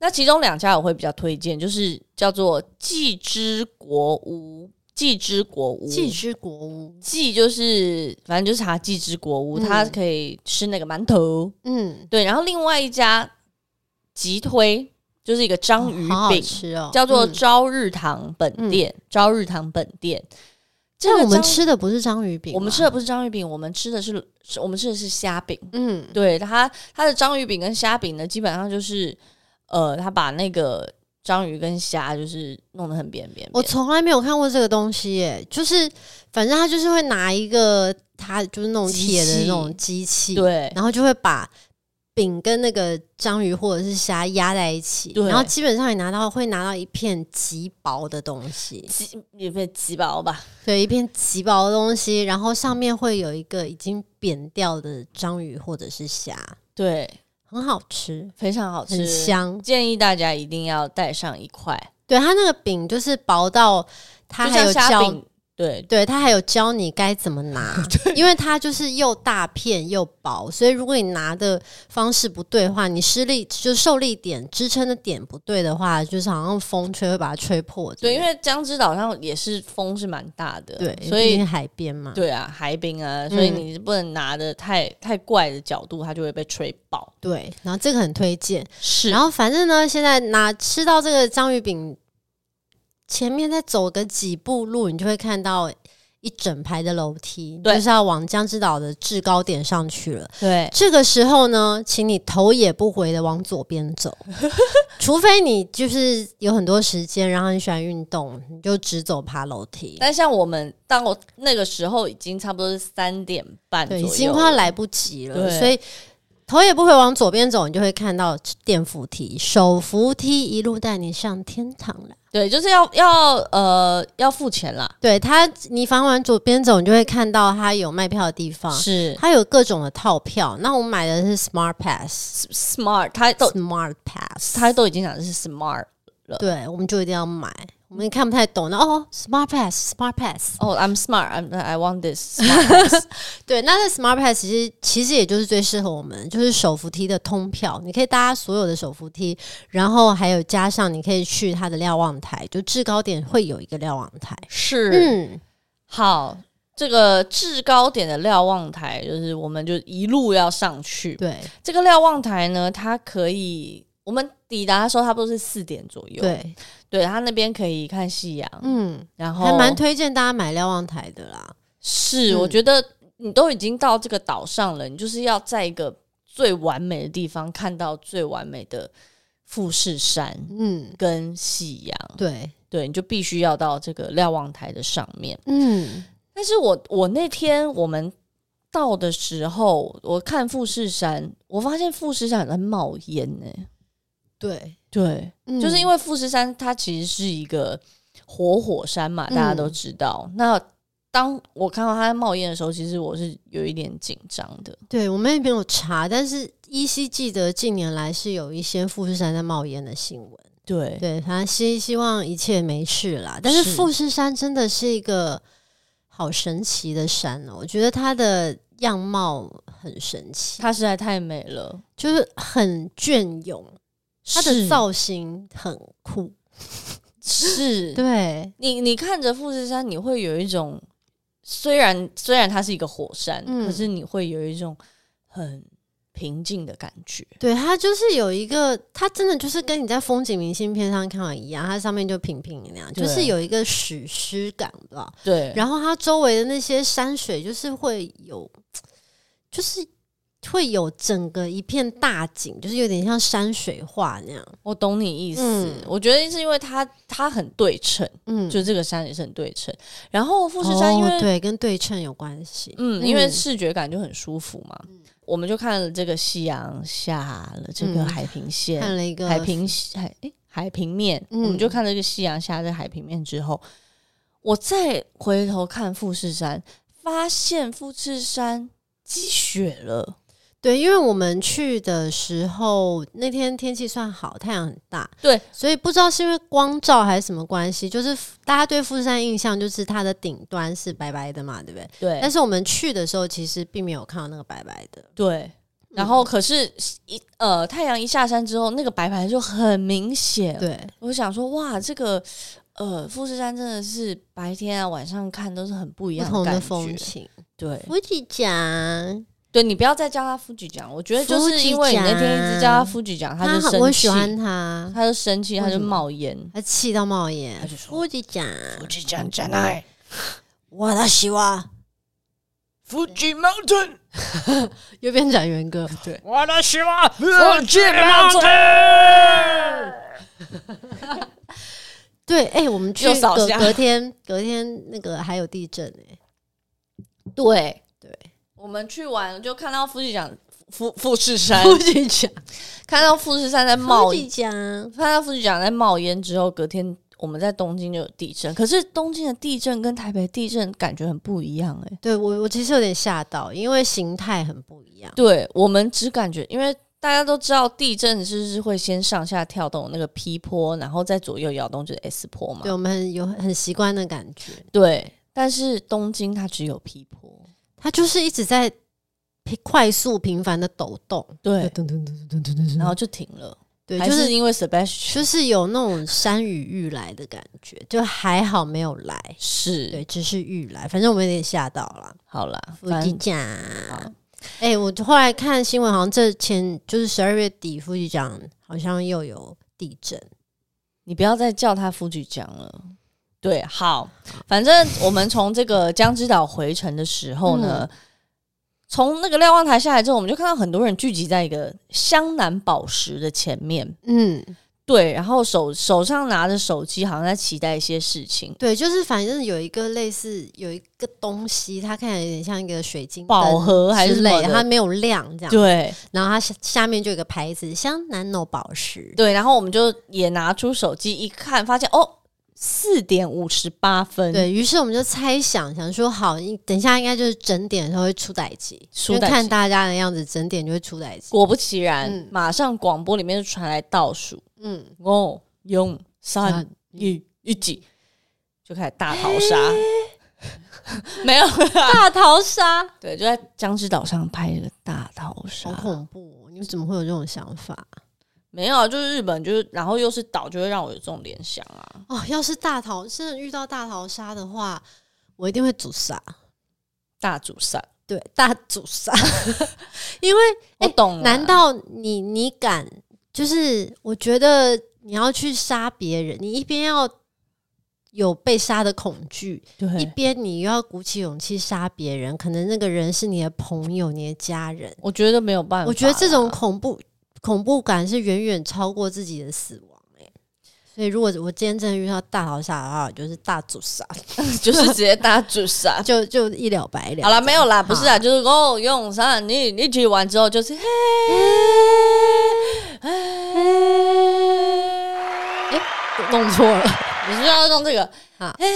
S2: 那其中两家我会比较推荐，就是叫做纪之国屋，纪之国屋，
S1: 纪之国屋，
S2: 纪就是反正就是查纪之国屋，
S1: 嗯
S2: 它可以吃那个馒头，
S1: 嗯，
S2: 对。然后另外一家急推就是一个章鱼饼，
S1: 好好吃哦，
S2: 叫做
S1: 嗯
S2: 朝日堂本店，朝日堂本店。这
S1: 但
S2: 个
S1: 我们
S2: 章
S1: 吃的不是章鱼饼啊吗，
S2: 我们吃的不是章鱼饼，我们吃的是是我们吃的是虾饼。
S1: 嗯，
S2: 对它它的章鱼饼跟虾饼呢，基本上就是呃，它把那个章鱼跟虾就是弄得很扁扁
S1: 我
S2: 扁。
S1: 从来没有看过这个东西耶，就是反正他就是会拿一个他就是那种
S2: 机
S1: 铁的那
S2: 器
S1: 种机器，
S2: 对
S1: 然后就会把饼跟那个章鱼或者是虾压在一起，
S2: 对
S1: 然后基本上你拿到会拿到一片极薄的东西，
S2: 鸡也被鸡薄吧？
S1: 对，一片极薄的东西，然后上面会有一个已经扁掉的章鱼或者是虾，
S2: 对，
S1: 很好吃，
S2: 非常好吃，
S1: 很。香。
S2: 建议大家一定要带上一块，
S1: 对，它那个饼就是薄到它
S2: 就
S1: 还
S2: 像
S1: 有
S2: 虾
S1: 教，
S2: 饼。对
S1: 对，它还有教你该怎么 拿，因为它就是又大片又薄，所以如果你拿的方式不对的话，你施力就受力点支撑的点不对的话，就是好像风吹会把它吹破之
S2: 对，
S1: 类
S2: 因
S1: 的。
S2: 为江之岛上也是风是蛮大的，
S1: 对，
S2: 所
S1: 毕
S2: 以
S1: 竟海边嘛，
S2: 对啊，海冰啊，所以
S1: 嗯
S2: 你不能拿的太太怪的角度，它就会被吹爆。
S1: 对，然后这个很推荐。
S2: 是
S1: 然后反正呢，现在拿吃到这个章鱼饼，前面再走个几步路，你就会看到一整排的楼梯，
S2: 对
S1: 就是要往江之岛的制高点上去了。
S2: 对，
S1: 这个时候呢，请你头也不回的往左边 走，除非你就是有很多时间，然后你喜欢运动，你就只走爬楼梯。
S2: 但像我们当我那个时候已经差不多是三点半左
S1: 对，
S2: 右
S1: 已
S2: 了，
S1: 经快要来不及了，
S2: 对
S1: 所以头也不回往左边走，你就会看到电扶梯，手扶梯一路带你上天堂了。
S2: 对，就是要要呃要付钱啦，
S1: 对它，你反往左边走，你就会看到它有卖票的地方，
S2: 是
S1: 它有各种的套票。那我买的是 Smart Pass，Smart
S2: smart，他都
S1: Pass，
S2: 他都已经讲的是 smart
S1: 对，我们就一定要买。我们也看不太懂，那哦，Smart Pass，Smart Pass，
S2: 哦、i m smart，I'm I want this，
S1: 对，那这 Smart Pass 其实其实也就是最适合我们，就是手扶梯的通票，你可以搭所有的手扶梯，然后还有加上你可以去它的瞭望台，就制高点会有一个瞭望台。
S2: 是、
S1: 嗯，
S2: 好。这个制高点的瞭望台，就是我们就一路要上去。
S1: 对
S2: 这个瞭望台呢，它可以我们抵达的时候，差不多是四点左右。，
S1: 对，
S2: 对，它那边可以看夕阳，
S1: 嗯，
S2: 然后
S1: 还蛮推荐大家买瞭望台的啦。
S2: 是，
S1: 嗯
S2: 我觉得你都已经到这个岛上了，你就是要在一个最完美的地方看到最完美的富士山
S1: 嗯，
S2: 跟夕阳。
S1: 对，
S2: 对，你就必须要到这个瞭望台的上面。
S1: 嗯，
S2: 但是我我那天我们到的时候，我看富士山，我发现富士山很在冒烟呢、
S1: 对，
S2: 对，就是因
S1: 为
S2: 为富士山它其实是一个活火山嘛，
S1: 嗯
S2: 大家都知道。那当我看到它在冒烟的时候，其实我是有一点紧张的。
S1: 对我们也没有查，但是依稀记得近年来是有一些富士山在冒烟的新闻。
S2: 对，
S1: 对，他希希望一切没事啦。但是
S2: 是
S1: 富士山真的是一个好神奇的山哦，我觉得它的样貌很神奇，
S2: 它实在太美了，
S1: 就是很隽永，它的
S2: 是
S1: 造型很酷。
S2: 是
S1: 对，
S2: 你你看着富士山，你会有一种虽然虽然它是一个火山，
S1: 嗯
S2: 可是你会有一种很平静的感觉。
S1: 对，它就是有一个，它真的就是跟你在风景明信片上看到一样，它上面就平平那样，就是
S2: 对
S1: 有一个史诗感吧。
S2: 对，
S1: 然后它周围的那些山水，就是会有，就是会有整个一片大景，就是有点像山水画那样。
S2: 我懂你意思。
S1: 嗯
S2: 我觉得是因为它它很对称，
S1: 嗯，
S2: 就这个山也是很对称。然后富士山因为、
S1: 哦、对跟对称有关系。
S2: 嗯，因为
S1: 嗯
S2: 视觉感就很舒服嘛。我们就看了这个夕阳下了这个
S1: 嗯
S2: 海平线，
S1: 看了一个
S2: 海平海诶、海平面，
S1: 嗯
S2: 我们就看了这个夕阳下这个海平面之后，我再回头看富士山，发现富士山积雪了，
S1: 对，因为我们去的时候那天天气算好，太阳很大，
S2: 对，
S1: 所以不知道是因为光照还是什么关系，就是大家对富士山印象就是它的顶端是白白的嘛，对不对？
S2: 对
S1: 但是我们去的时候其实并没有看到那个白白的，
S2: 对。然
S1: 嗯
S2: 后，可是一呃，太阳一下山之后，那个白白就很明显。
S1: 对，
S2: 我想说，哇，这个呃，富士山真的是白天啊、晚上看都是很不一
S1: 不
S2: 样
S1: 同
S2: 感
S1: 的
S2: 觉。
S1: 风情。
S2: 对，
S1: 我只讲，
S2: 对你不要再叫他夫吉讲，我觉得就是因为你那天一直叫他夫吉讲，
S1: 他
S2: 就
S1: 很
S2: 生气，
S1: 我喜欢他，
S2: 他就生气，
S1: 为
S2: 他
S1: 什
S2: 就
S1: 么
S2: 冒烟。
S1: 他气到冒烟
S2: 他就。说
S1: 富士讲，
S2: 夫吉讲讲来，
S1: 我的希望
S2: 夫吉 mountain，
S1: 又变展元歌，
S2: 对，
S3: 我的希望，
S2: 我
S3: 我
S2: 去
S3: 去
S2: mountain
S3: mountain。
S1: 对，哎、我们去
S2: 又扫
S1: 隔
S2: 瞎
S1: 隔天，隔天那个还有地震哎、
S2: 对
S1: 对，
S2: 我们去玩就看到夫吉讲富富士山，
S1: 富士讲，
S2: 看到富士山在冒
S1: 富士讲，
S2: 看到富士讲在冒烟之后，隔天我们在东京就有地震，可是东京的地震跟台北地震感觉很不一样哎、
S1: 对我我其实有点吓到，因为形态很不一样。
S2: 对我们只感觉，因为大家都知道地震是是会先上下跳动那个 P 坡，然后再左右摇动就是 S 坡嘛
S1: 对，。我们很有很习惯的感觉，
S2: 对，但是东京它只有 P 坡，
S1: 它就是一直在频快速频繁的抖动，
S2: 对，
S1: 咚咚咚咚咚咚咚
S2: 然后就停了，
S1: 对，
S2: 还
S1: 就是是
S2: 因为 Sebastian
S1: 就是有那种山雨欲来的感觉，就还好没有来，对，
S2: 是
S1: 只是欲来，反正我们有点吓到了。
S2: 好啦，
S1: 富
S2: 反
S1: 吉
S2: 正
S1: 讲，
S2: 好
S1: 哎、我后来看新闻，好像这前就是十二月底，富吉讲好像又有地震，
S2: 你不要再叫他夫局长了。对，好，反正我们从这个江之岛回程的时候呢，从那个瞭望台下来之后，我们就看到很多人聚集在一个湘南宝石的前面。
S1: 嗯，
S2: 对，然后手手上拿着手机，好像在期待一些事情，
S1: 对，就是反正有一个类似有一个东西，它看起来有点像一个水晶
S2: 饱和
S1: 灯
S2: 还是
S1: 之
S2: 什么
S1: 类，
S2: 的
S1: 它没有亮这样。
S2: 对
S1: 然后它下下面就有一个牌子香南诺宝石，
S2: 对，然后我们就也拿出手机一看，发现哦，四点五十八分，
S1: 对于是我们就猜想，想说好，你等一下应该就是整点的时候会出歹机，
S2: 出
S1: 因为
S2: 歹
S1: 看
S2: 机
S1: 大家的样子，整点就会出歹机。
S2: 果不其然，
S1: 嗯
S2: 马上广播里面就传来倒数
S1: 嗯，
S2: 五、用三
S1: 啊、
S2: 一、一几，就开始大逃杀。 没有啦，
S1: 大逃杀，
S2: 对，就在江之岛上拍一个大逃杀
S1: 好，恐怖哦！你们怎么会有这种想法？
S2: 没有啊，就是日本，就是然后又是岛，就会让我有这种联想啊。
S1: 哦，要是大逃真的遇到大逃杀的话，我一定会阻杀，
S2: 大主散，
S1: 对，大阻杀， 因为
S2: 我懂了。
S1: 难道你你敢？就是我觉得你要去杀别人，你一边要有被杀的恐惧，一
S2: 对？
S1: 边你又要鼓起勇气杀别人，可能那个人是你的朋友、你的家人。
S2: 我觉得没有办法啦。
S1: 我觉得这种恐怖恐怖感是远远超过自己的死亡、欸。所以，如果我今天真的遇到大逃杀的话，我就是大屠杀，。
S2: 就是直接大主杀
S1: 就就一了百了。
S2: 好了，没有啦，不是啊，就是哦，用三你你举完之后就是嘿，哎，
S1: 弄错了，
S2: 你是不是要用这个
S1: 好
S2: 嘿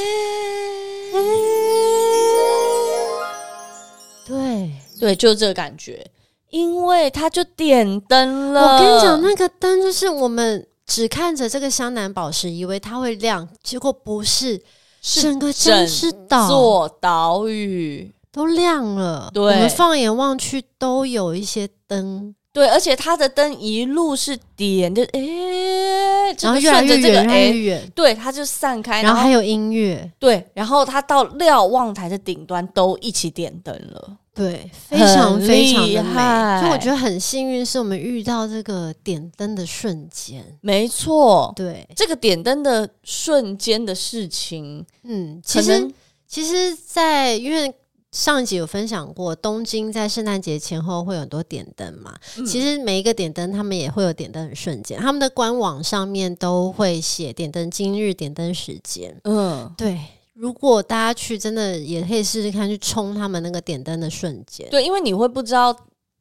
S1: 对。
S2: 对，就是这个感觉，因为他就点灯了。
S1: 我跟你讲，那个灯就是我们只看着这个香南宝石，以为它会亮，结果不是，
S2: 是
S1: 整个僵尸岛
S2: 座岛屿，
S1: 都亮了。
S2: 对
S1: 我们放眼望去都有一些灯，
S2: 对，而且它的灯一路是点，就哎，这
S1: 然后
S2: 个
S1: 越来
S2: 顺
S1: 越
S2: 着这个
S1: 远，越来越
S2: 哎，
S1: 远，
S2: 对，它就散开，
S1: 然
S2: 然
S1: 后
S2: 后
S1: 还有音乐，
S2: 对，然后它到瞭望台的顶端都一起点灯了。
S1: 对，非常
S2: 很
S1: 非常的
S2: 厉
S1: 美。
S2: 害
S1: 所以我觉得很幸运，是我们遇到这个点灯的瞬间。
S2: 没错，
S1: 对，
S2: 这个点灯的瞬间的事情，
S1: 嗯，
S2: 可
S1: 其实
S2: 能
S1: 其实在，因为上一集有分享过，东京在圣诞节前后会有很多点灯嘛。
S2: 嗯
S1: 其实每一个点灯，他们也会有点灯的瞬间，他们的官网上面都会写点灯今日、点灯时间。
S2: 嗯，
S1: 对，如果大家去，真的也可以试试看，去冲他们那个点灯的瞬间。
S2: 对，因为你会不知道，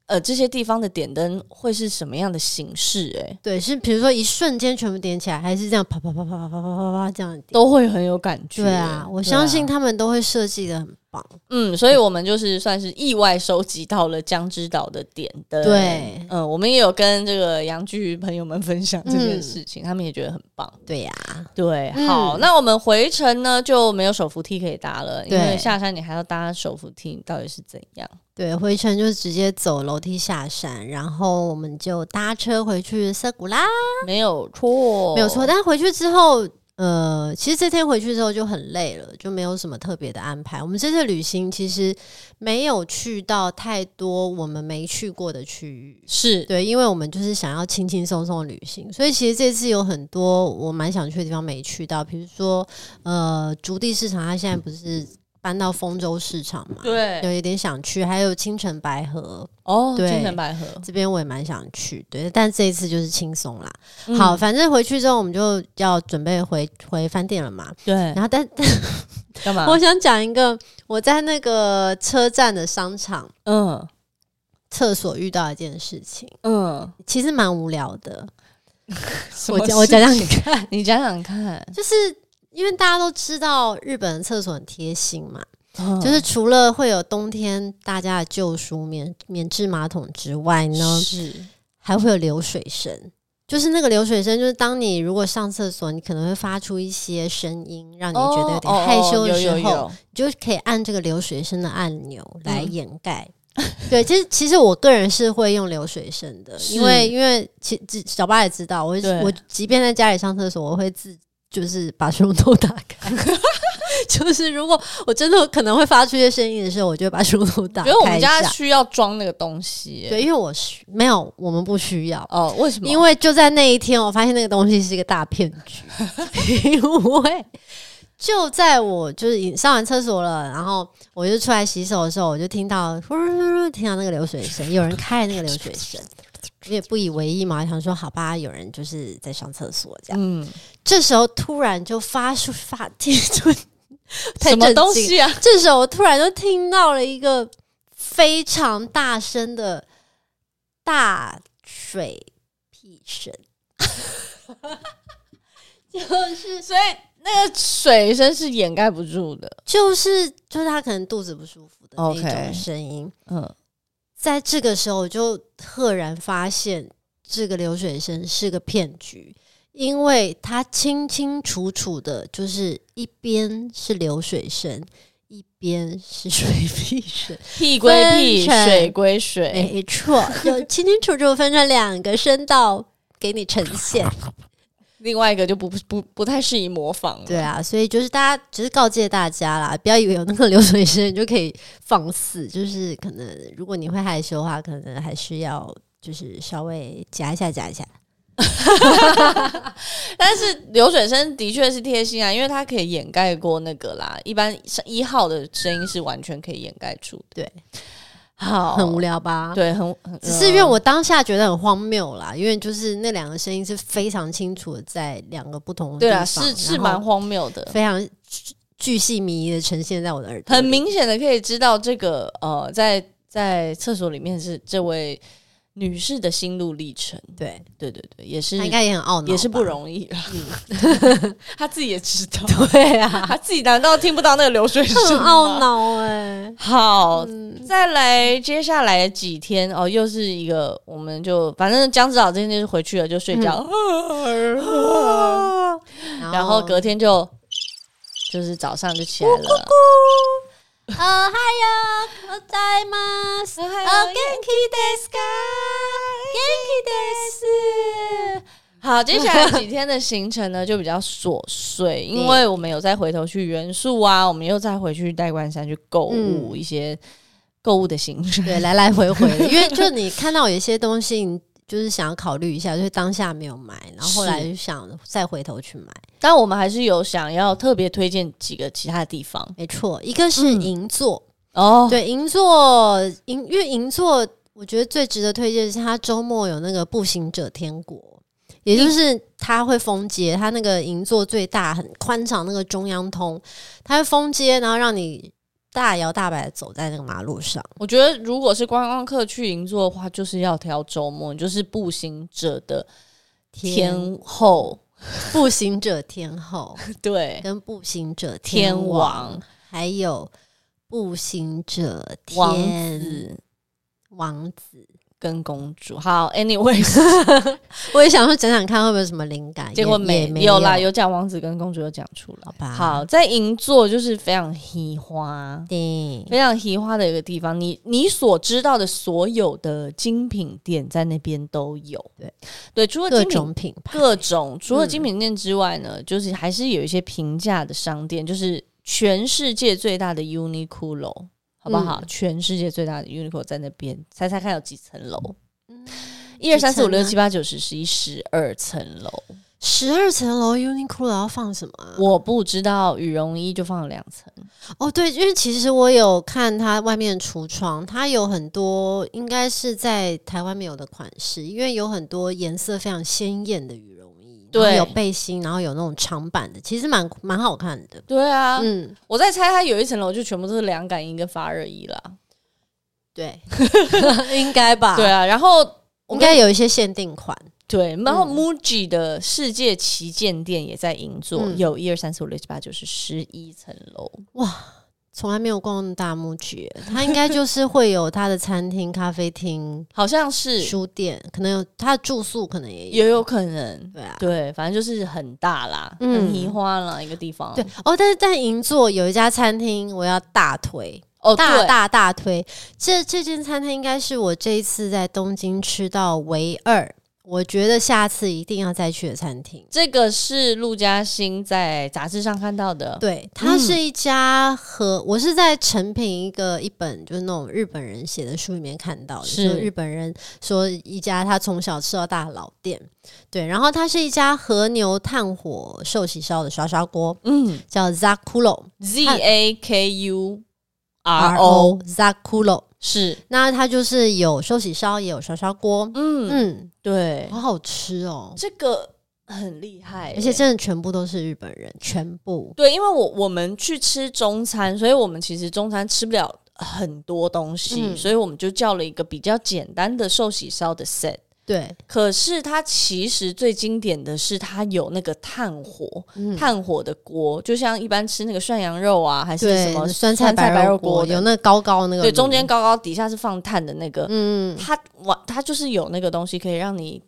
S2: 呃，这些地方的点灯会是什么样的形式、哎，
S1: 对，是比如说一瞬间全部点起来，还是这样啪啪啪啪啪啪啪啪啪这样点？
S2: 都会很有感觉。
S1: 对啊，我相信他们都会设计的很棒。
S2: 嗯，所以我们就是算是意外收集到了江之岛的点灯。
S1: 对
S2: 嗯，我们也有跟这个洋剧朋友们分享这件事情，他们也觉得很棒。
S1: 对呀、
S2: 对，
S1: 嗯
S2: 好，那我们回程呢就没有手扶梯可以搭了，因为
S1: 对
S2: 下山你还要搭手扶梯，到底是怎样？
S1: 对，回程就直接走楼梯下山，然后我们就搭车回去涩谷啦，
S2: 没有错，
S1: 没有错。但回去之后，呃，其实这天回去之后就很累了，就没有什么特别的安排。我们这次旅行其实没有去到太多我们没去过的区域。
S2: 是
S1: 对，因为我们就是想要轻轻松松的旅行，所以其实这次有很多我蛮想去的地方没去到，比如说呃，竹地市场，它现在不是搬到丰州市场嘛？
S2: 对
S1: 有一点想去，还有青城白河，
S2: 哦，
S1: 对
S2: 千层百合，
S1: 这边我也蛮想去，对，但这一次就是轻松啦。
S2: 嗯
S1: 好，反正回去之后我们就要准备回回饭店了嘛。
S2: 对，啊
S1: 然后但，但
S2: 干嘛？
S1: 我想讲一个我在那个车站的商场
S2: 嗯
S1: 厕所遇到一件事情，
S2: 嗯，
S1: 其实蛮无聊的。
S2: 什
S1: 我
S2: 么
S1: 讲我
S2: 事
S1: 讲讲
S2: 情
S1: 你，看，
S2: 你讲讲看，
S1: 就是因为大家都知道日本的厕所很贴心嘛，
S2: 嗯
S1: 就是除了会有冬天大家的救赎免免治马桶之外呢，
S2: 是
S1: 还会有流水声。就是那个流水声，就是当你如果上厕所，你可能会发出一些声音，让你觉得有点害羞的时候，
S2: 哦哦有有有
S1: 你就可以按这个流水声的按钮
S2: 嗯
S1: 来掩盖。对，其实其实我个人是会用流水声的，
S2: 是
S1: 因为因为其其小八也知道，我
S2: 对
S1: 我即便在家里上厕所，我会自就是把水龙头打 开。就是如果我真的可能会发出一些声音的时候，我就会把水龙头打
S2: 觉
S1: 开一
S2: 得
S1: 下。
S2: 我们家需要装那个东西、欸
S1: 对，因为我是没有，我们不需要。
S2: 哦，为什么？
S1: 因为就在那一天，我发现那个东西是一个大骗局，因为就在我就是已上完厕所了，然后我就出来洗手的时候，我就听到听到那个流水声，有人开那个流水声，我也不以为意嘛，想说好吧，有人就是在上厕所这样。
S2: 嗯，
S1: 这时候突然就发出发听出太
S2: 什么
S1: 震
S2: 东
S1: 惊
S2: 西啊？
S1: 这时候我突然就听到了一个非常大声的大水屁声，就是
S2: 所以那个水声是掩盖不住的。
S1: 就是就是他可能肚子不舒服的那一
S2: OK
S1: 种声音。
S2: 嗯，
S1: 在这个时候，我就赫然发现这个流水声是个骗局，因为它清清楚楚的，就是一边是流水声，一边是水屁声。
S2: 屁归
S1: 分
S2: 屁，
S1: 成哎
S2: 水归水。
S1: 没错，就清清楚楚分成两个声道给你呈现。
S2: 另外一个就不不不太适宜模仿了。
S1: 对啊，所以就是大家只是告诫大家啦，不要以为有那个流水声你就可以放肆， 就是可能如果你会害羞的话，可能还是要就是稍微夹一下夹一下。
S2: 但是流水声的确是贴心啊，因为它可以掩盖过那个啦。一般一号的声音是完全可以掩盖住的。
S1: 对，
S2: 好，
S1: 很无聊吧？
S2: 哦对，很很
S1: 只是因为我当下觉得很荒谬啦，因为就是那两个声音是非常清楚的，在两个不同的
S2: 呃对
S1: 啊，
S2: 啦，是是蛮荒谬的，
S1: 非常巨巨细靡遗的呈现在我的耳朵里，
S2: 很明显的可以知道这个呃，在在厕所里面是这位女士的心路历程。
S1: 对，
S2: 对对对，也是
S1: 他应该也很懊恼吧，
S2: 嗯
S1: 嗯
S2: 也是不容易啦， 她自己也知道，
S1: 对啊，
S2: 她自己难道听不到那个流水
S1: 他
S2: 声
S1: 很懊
S2: 吗？
S1: 恼哎、
S2: 好，
S1: 嗯，
S2: 再来接下来几天哦，又是一个，我们就反正江指导今天就是回去了，就睡觉，
S1: 嗯
S2: 然后隔天就就是早上就起来
S1: 哦
S2: 了。
S1: 呃，嗨呀，我在吗？
S2: 哦好，接下来几天的行程呢就比较琐碎，因为我们有再回头去元 素啊，我们又再回去代官山去购物、一些购物的行程。
S1: 嗯对，来来回回的，因为就你看到有一些东西，你就是想要考虑一下，就是当下没有买，然后后来
S2: 是
S1: 就想再回头去买。
S2: 但我们还是有想要特别推荐几个其他的地方
S1: 没错，一个是银座，
S2: 哦。
S1: 对，银座银，因为银座我觉得最值得推荐的是它周末有那个步行者天国。也就是它会封街，它那个银座最大很宽敞那个中央通，它会封街，然后让你大摇大摆的走在那个马路上。
S2: 我觉得如果是观光客去银座的话，就是要挑周末，你就是步行者的天后，
S1: 步行者天后
S2: 对，
S1: 跟步行者
S2: 天
S1: 天王，
S2: 王
S1: 还有步行者天
S2: 王子
S1: 王子。
S2: 跟公主。好，anyways，
S1: 我也想说讲讲看会不会有什么灵感，
S2: 结果
S1: 也
S2: 没
S1: 也没
S2: 有啦，有讲王子跟公主有讲出来。
S1: 好吧
S2: 好，在银座就是非常喜花，
S1: 对
S2: 非常喜花的一个地方。你你所知道的所有的精品店在那边都有。
S1: 对
S2: 对，除了
S1: 各
S2: 精品
S1: 种品牌，
S2: 各种除了
S1: 嗯
S2: 精品店之外呢，就是还是有一些平价的商店，就是全世界最大的 Uniqlo。好不好？
S1: 嗯
S2: 全世界最大的 Uniqlo 在那边，猜猜看有几层楼？
S1: 嗯
S2: 一二三四五六
S1: 几
S2: 七八九十十一十二层啊楼。
S1: 十二层楼 Uniqlo 要放什么啊、
S2: 我不知道羽绒衣就放了两层，
S1: 哦，对，因为其实我有看它外面的橱窗，它有很多应该是在台湾没有的款式，因为有很多颜色非常鲜艳的羽绒衣，然后
S2: 对
S1: 有背心，然后有那种长版的，其实蛮蛮好看的。
S2: 对啊，
S1: 嗯，
S2: 我在猜它有一层楼就全部都是凉感衣跟发热衣啦。
S1: 对， 应该吧？
S2: 对，啊，然后
S1: 应该有一些限定款。
S2: 对，然后
S1: 嗯
S2: MUJI 的世界旗舰店也在银座，
S1: 嗯
S2: 有一二三四五六七八九十十一层楼。
S1: 从来没有逛那么大木局，它应该就是会有它的餐厅、咖啡厅、
S2: 好像是
S1: 书店，可能有它的住宿，可能也有。
S2: 也有可能，
S1: 对啊，
S2: 对，反正就是很大啦，
S1: 嗯
S2: 很移花啦一个地方。
S1: 对哦，但是在银座有一家餐厅，我要大推，
S2: 哦，
S1: 大
S2: 对，
S1: 大大推。这这间餐厅应该是我这一次在东京吃到唯二，我觉得下次一定要再去的餐厅。
S2: 这个是陆嘉欣在杂志上看到的。
S1: 对，它
S2: 嗯
S1: 是一家和、我是在成品一个一本就是那种日本人写的书里面看到的，
S2: 是
S1: 就日本人说一家他从小吃到大的老店。对，然后它是一家和牛炭火寿喜烧的刷刷锅，
S2: 嗯
S1: 叫 Zakulo
S2: ，Z A K U R
S1: R
S2: O，
S1: O Zakulo。
S2: 是，
S1: 那它就是有寿喜烧，也有烧烧锅，
S2: 嗯，
S1: 嗯，
S2: 对，
S1: 好好吃哦，
S2: 这个很厉害欸、
S1: 而且真的全部都是日本人，全部。
S2: 对，因为我我们去吃中餐，所以我们其实中餐吃不了很多东西，
S1: 嗯
S2: 所以我们就叫了一个比较简单的寿喜烧的 set。
S1: 对，
S2: 可是它其实最经典的是它有那个炭火，
S1: 嗯，
S2: 炭火的锅，就像一般吃那个涮羊肉啊，还是什
S1: 对
S2: 么
S1: 酸
S2: 菜
S1: 菜白
S2: 肉
S1: 锅
S2: 的
S1: 有那个高高那个，
S2: 对，中间，高高，底下是放炭的那个，
S1: 嗯，
S2: 它哇，它就是有那个东西可以让你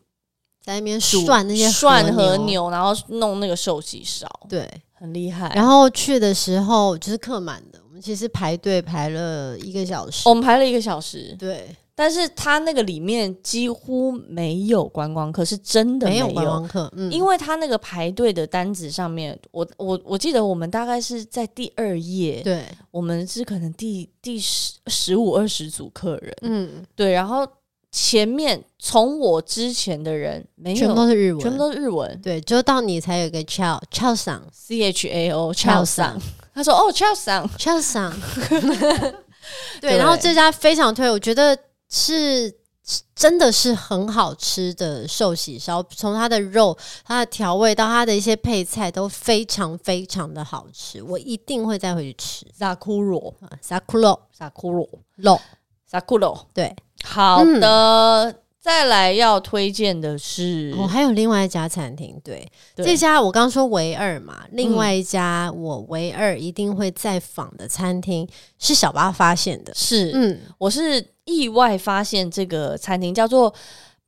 S1: 在那边
S2: 煮
S1: 涮那些
S2: 涮和
S1: 和，
S2: 牛，哎然后弄那个寿喜烧，
S1: 对。
S2: 很厉害。
S1: 然后去的时候就是客满的，我们其实排队排了一个小时，
S2: 我们排了一个小时，
S1: 对，
S2: 但是它那个里面几乎没有观光客，是真的
S1: 没
S2: 有。
S1: 有观光客，嗯，
S2: 因为它那个排队的单子上面，我我我记得我们大概是在第二页，
S1: 对，
S2: 我们是可能第第十十五二十组客人，
S1: 嗯，
S2: 对，然后前面从我之前的人没有，
S1: 全部都是日文，
S2: 全部都是日文
S1: 对，就到你才有一个 chao chao 桑
S2: ，C H A O
S1: Chao 桑
S2: Chao 桑，他说哦 Chao 桑，
S1: chao 桑，对，
S2: 对
S1: 然后这家非常推，我觉得是。是真的是很好吃的寿喜烧，从它的肉、它的调味到它的一些配菜都非常非常的好吃，我一定会再回去吃。
S2: Sakuro
S1: 啊 Sakuro
S2: Sakuro
S1: 肉，
S2: Sakuro，
S1: 对，
S2: 好
S1: 嗯
S2: 的。再来要推荐的是，
S1: 我、哦还有另外一家餐厅，对，
S2: 对嗯
S1: 这家我刚说唯二嘛，另外一家我唯二一定会再访的餐厅是小巴发现的，
S2: 是、
S1: 嗯，
S2: 我是意外发现这个餐厅叫做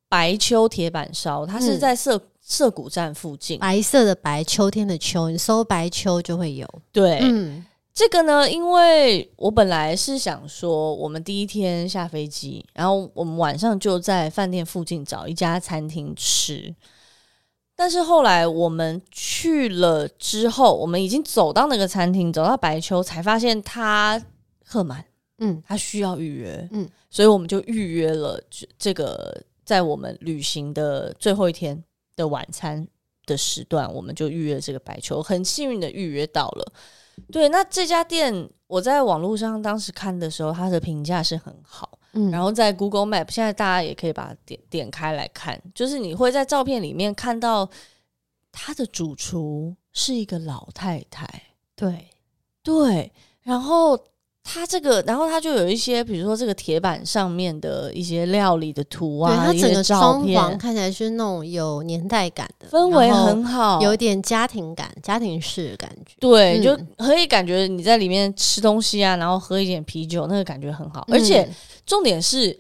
S2: 白秋铁板烧，它是
S1: 嗯
S2: 在涩涩谷站附近。
S1: 白色的白，秋天的秋，你搜白秋就会有，
S2: 对，
S1: 嗯，
S2: 这个呢，因为我本来是想说，我们第一天下飞机，然后我们晚上就在饭店附近找一家餐厅吃。但是后来我们去了之后，我们已经走到那个餐厅，走到白丘，才发现它客满，
S1: 嗯，
S2: 它需要预约，
S1: 嗯
S2: 嗯，所以我们就预约了这这个在我们旅行的最后一天的晚餐的时段，我们就预约这个白球，很幸运的预约到了。对，那这家店我在网络上当时看的时候，它的评价是很好，
S1: 嗯，
S2: 然后在 Google Map 现在大家也可以把它点点开来看，就是你会在照片里面看到它的主厨是一个老太太。
S1: 对，
S2: 对，然后它这个，然后它就有一些，比如说这个铁板上面的一些料理的图
S1: 对，
S2: 啊，
S1: 它
S2: 一
S1: 整
S2: 些
S1: 个
S2: 照
S1: 装
S2: 片，
S1: 潢看起来是那种有年代感的，
S2: 氛围
S1: 然后
S2: 很好，
S1: 有点家庭感、家庭式的感觉，
S2: 对，
S1: 嗯
S2: 就可以感觉你在里面吃东西啊，然后喝一点啤酒，那个感觉很好。而且
S1: 嗯
S2: 重点是，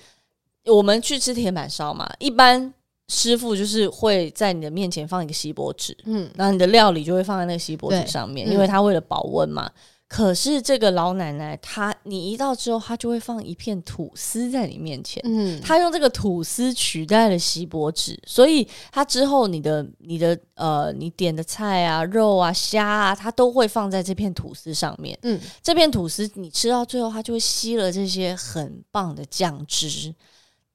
S2: 我们去吃铁板烧嘛，一般师傅就是会在你的面前放一个锡箔纸，
S1: 嗯，
S2: 然后你的料理就会放在那个锡箔
S1: 对
S2: 纸上面，
S1: 嗯
S2: 因为它为了保温嘛。可是这个老奶奶，她你一到之后，她就会放一片吐司在你面前。
S1: 嗯，
S2: 她用这个吐司取代了锡箔纸，所以她之后你的、你的呃、你点的菜啊、肉啊、虾啊，它都会放在这片吐司上面。
S1: 嗯，
S2: 这片吐司你吃到最后，它就会吸了这些很棒的酱汁。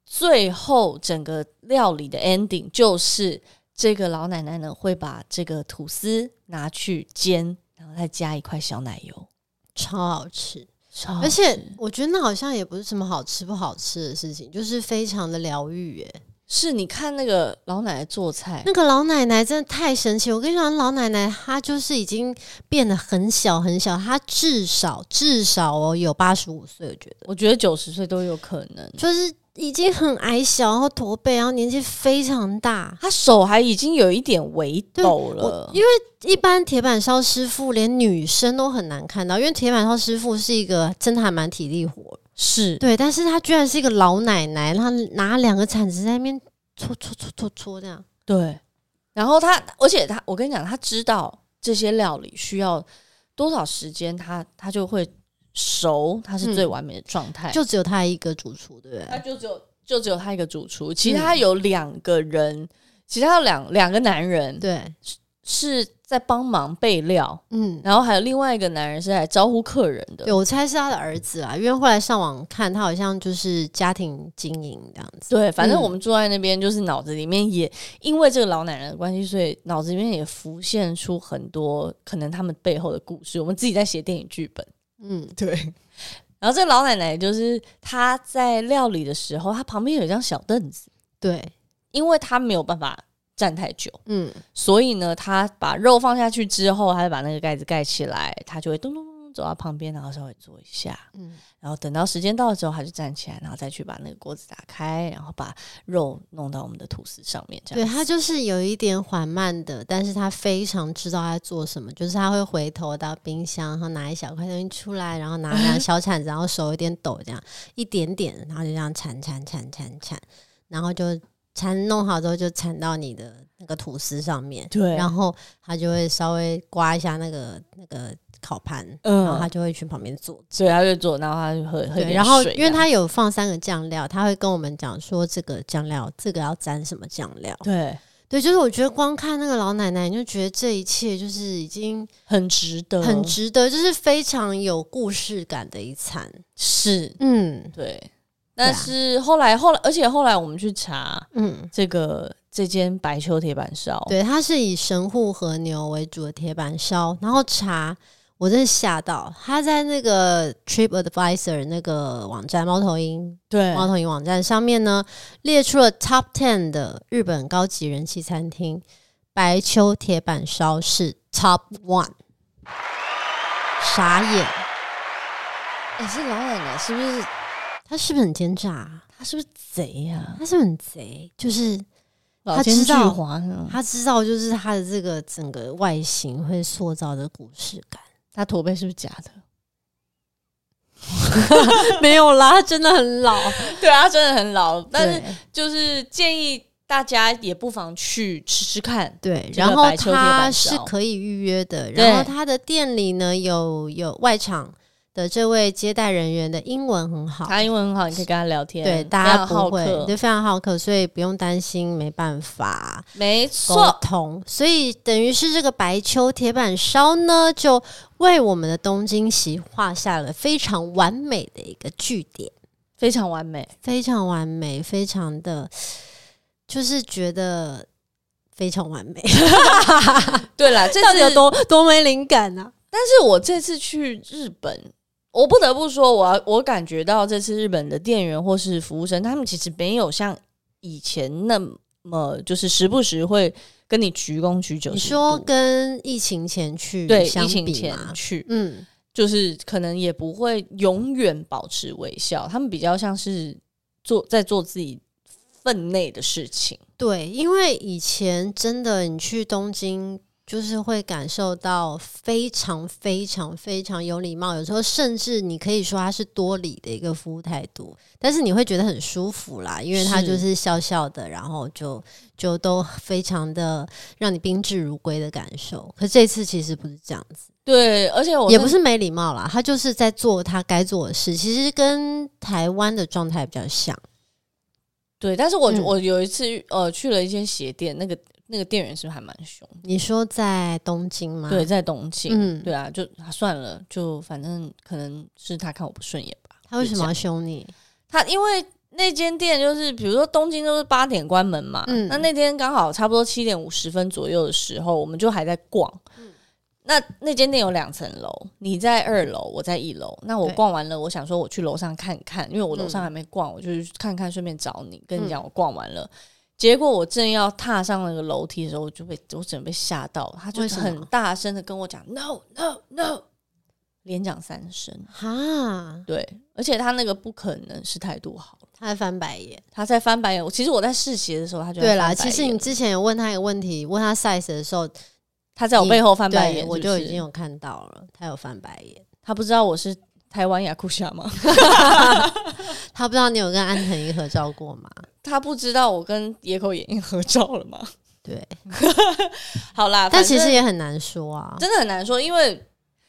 S2: 最后整个料理的 ending 就是这个老奶奶呢会把这个吐司拿去煎，然后再加一块小奶油，
S1: 超好吃。
S2: 超好
S1: 而且
S2: 吃
S1: 我觉得那好像也不是什么好吃不好吃的事情，就是非常的疗愈耶。
S2: 是你看那个老奶奶做菜，
S1: 那个老奶奶真的太神奇，我跟你讲，老奶奶她就是已经变得很小很小，她至少至少哦有八十五岁，我觉得
S2: 我觉得九十岁都有可能。
S1: 就是已经很矮小，然后驼背，然后年纪非常大。
S2: 她手还已经有一点微抖
S1: 我
S2: 了，
S1: 因为一般铁板烧师傅连女生都很难看到，因为铁板烧师傅是一个真的还蛮体力活的
S2: 是
S1: 对，但是她居然是一个老奶奶，她拿两个铲子在那边搓搓搓搓搓这样。
S2: 对。然后她，而且她，我跟你讲，她知道这些料理需要多少时间，她她就会熟，她是最
S1: 嗯
S2: 完美的状态。
S1: 就只有他一个主厨，对不
S2: 他
S1: 对？
S2: 就只有就只有他一个主厨，其他
S1: 嗯
S2: 有两个人，其他有两两个男人
S1: 对，
S2: 是在帮忙备料，
S1: 嗯，
S2: 然后还有另外一个男人是来招呼客人的
S1: 对，。我猜是他的儿子啊啦，因为后来上网看，他好像就是家庭经营这样子。
S2: 对，反正
S1: 嗯
S2: 我们坐在那边，就是脑子里面也、因为这个老奶奶的关系，所以脑子里面也浮现出很多可能他们背后的故事。我们自己在写电影剧本，
S1: 嗯，
S2: 对，然后这个老奶奶就是她在料理的时候，她旁边有一张小凳子，
S1: 对，
S2: 因为她没有办法站太久，
S1: 嗯，
S2: 所以呢，她把肉放下去之后，她就把那个盖子盖起来，她就会咚咚咚咚走到旁边，然后稍微坐一下，
S1: 嗯
S2: 然后等到时间到了之后，她就站起来，然后再去把那个锅子打开，然后把肉弄到我们的吐司上面，这
S1: 对
S2: 样
S1: 他就是有一点缓慢的，但是他非常知道他在做什么，就是他会回头到冰箱，然后拿一小块东西出来，然后拿 拿小铲子，然后手有点抖，这样一点点，然后就这样铲铲铲铲铲，然后就铲弄好之后就铲到你的那个吐司上面，
S2: 对
S1: 然后他就会稍微刮一下那个那个烤盘，然后他
S2: 嗯，
S1: 就会去旁边坐
S2: 所以她就做，然后她就喝喝
S1: 对，
S2: 一点
S1: 然后
S2: 水
S1: 因为
S2: 这样
S1: 他有放三个酱料，他会跟我们讲说这个酱料，这个要沾什么酱料。
S2: 对
S1: 对，就是我觉得光看那个老奶奶，你就觉得这一切就是已经
S2: 很值得，
S1: 很值得，就是非常有故事感的一餐。
S2: 是，
S1: 嗯
S2: 对。啊但是后来，后来，而且后来我们去查，
S1: 嗯，
S2: 这个这间白丘铁板烧，
S1: 对，它是以神户和牛为主的铁板烧，然后茶。我真的吓到，他在那个 Trip Advisor 那个网站猫头鹰
S2: 对
S1: 猫头鹰网站上面呢，列出了 Top Ten 的日本高级人气餐厅，白丘铁板烧是 Top One，傻眼，
S2: 哎、这老奶奶是不是
S1: 他是不是很奸诈、啊？
S2: 她是不是贼啊呀、
S1: 他是不是很贼，就是
S2: 老
S1: 她
S2: 奸
S1: 知
S2: 巨
S1: 道
S2: 猾啊呢？
S1: 他知道，就是他的这个整个外形会塑造的故事 感。
S2: 她驼背是不是假的？
S1: 没有啦，他真的很老，
S2: 对啊，她真的很老，但是
S1: 对
S2: 就是建议大家也不妨去吃吃看。
S1: 对，
S2: 这
S1: 然
S2: 个
S1: 后
S2: 白秋铁
S1: 它
S2: 板
S1: 是
S2: 烧
S1: 可以预约的，
S2: 对
S1: 然后它的店里呢有有外场的这位接待人员的英文很好，
S2: 她英文很好，你可以跟她聊天，
S1: 对大家
S2: 非常好
S1: 不会
S2: 客
S1: 就非常好客，所以不用担心没办法
S2: 没
S1: 沟
S2: 错，
S1: 通，所以等于是这个白秋铁板烧呢，就为我们的东京席画下了非常完美的一个句点，
S2: 非常完美。
S1: 非常完美，非常的就是觉得非常完美，
S2: 对啦，这
S1: 到
S2: 次
S1: 底有多多没灵感啊呢、
S2: 但是我这次去日本，我不得不说，我我感觉到这次日本的店员或是服务生，他们其实没有像以前那么就是时不时会跟你鞠躬鞠酒。
S1: 你说跟疫情前去
S2: 对
S1: 相
S2: 疫情
S1: 比
S2: 前
S1: 吗？
S2: 去，
S1: 嗯，
S2: 就是可能也不会永远保持微笑，他们比较像是做在做自己分内的事情。
S1: 对，因为以前真的你去东京，就是会感受到非常非常非常有礼貌，有时候甚至你可以说它是多礼的一个服务态度，但是你会觉得很舒服啦，因为它
S2: 是
S1: 就是笑笑的，然后就就都非常的让你宾至如归的感受。可这次其实不是这样子。
S2: 对，而且我
S1: 也不
S2: 是
S1: 是没礼貌啦，他就是在做他该做的事，其实跟台湾的状态比较像。
S2: 对，但是我、
S1: 嗯
S2: 我有一次呃去了一间鞋店，那个那个店员是不是还蛮凶？
S1: 你说在东京吗？
S2: 对，，在东京，
S1: 嗯
S2: 对啊，就啊算了，就反正可能是他看我不顺眼吧。
S1: 他为什
S2: 就这
S1: 么
S2: 样
S1: 要凶你？
S2: 他因为那间店就是，比如说东京都是八点关门嘛，
S1: 嗯
S2: 那那天刚好差不多七点五十分左右的时候，我们就还在逛。
S1: 嗯
S2: 那那间店有两层楼，你在二楼，我在一楼。那我
S1: 对
S2: 逛完了，我想说我去楼上看看，因为我楼上
S1: 嗯
S2: 还没逛，我就去看看，顺便找你。跟你讲，我逛完了。结果我正要踏上那个楼梯的时候，我就被我整个被吓到，他就
S1: 为什么
S2: 很大声的跟我讲 “no no no”，连讲三声。
S1: 哈，
S2: 对，而且他那个不可能是态度好，
S1: 他在翻白眼。
S2: 他在翻白眼。我其实我在试鞋的时候，他就在
S1: 对啦，
S2: 啊翻白
S1: 其实
S2: 眼
S1: 你之前有问他一个问题，问他 size 的时候，
S2: 他在我
S1: 你
S2: 背后翻白眼
S1: 对
S2: 是不
S1: 我
S2: 是，
S1: 就已经有看到了，他有翻白眼。
S2: 他不知道我是台湾雅库夏吗？
S1: 他不知道你有跟安藤一合照过吗？
S2: 他不知道我跟野口眼影合照了吗？
S1: 对，
S2: 好啦，
S1: 但
S2: 啊反
S1: 其
S2: 正
S1: 实也很难说啊。
S2: 真的很难说，因为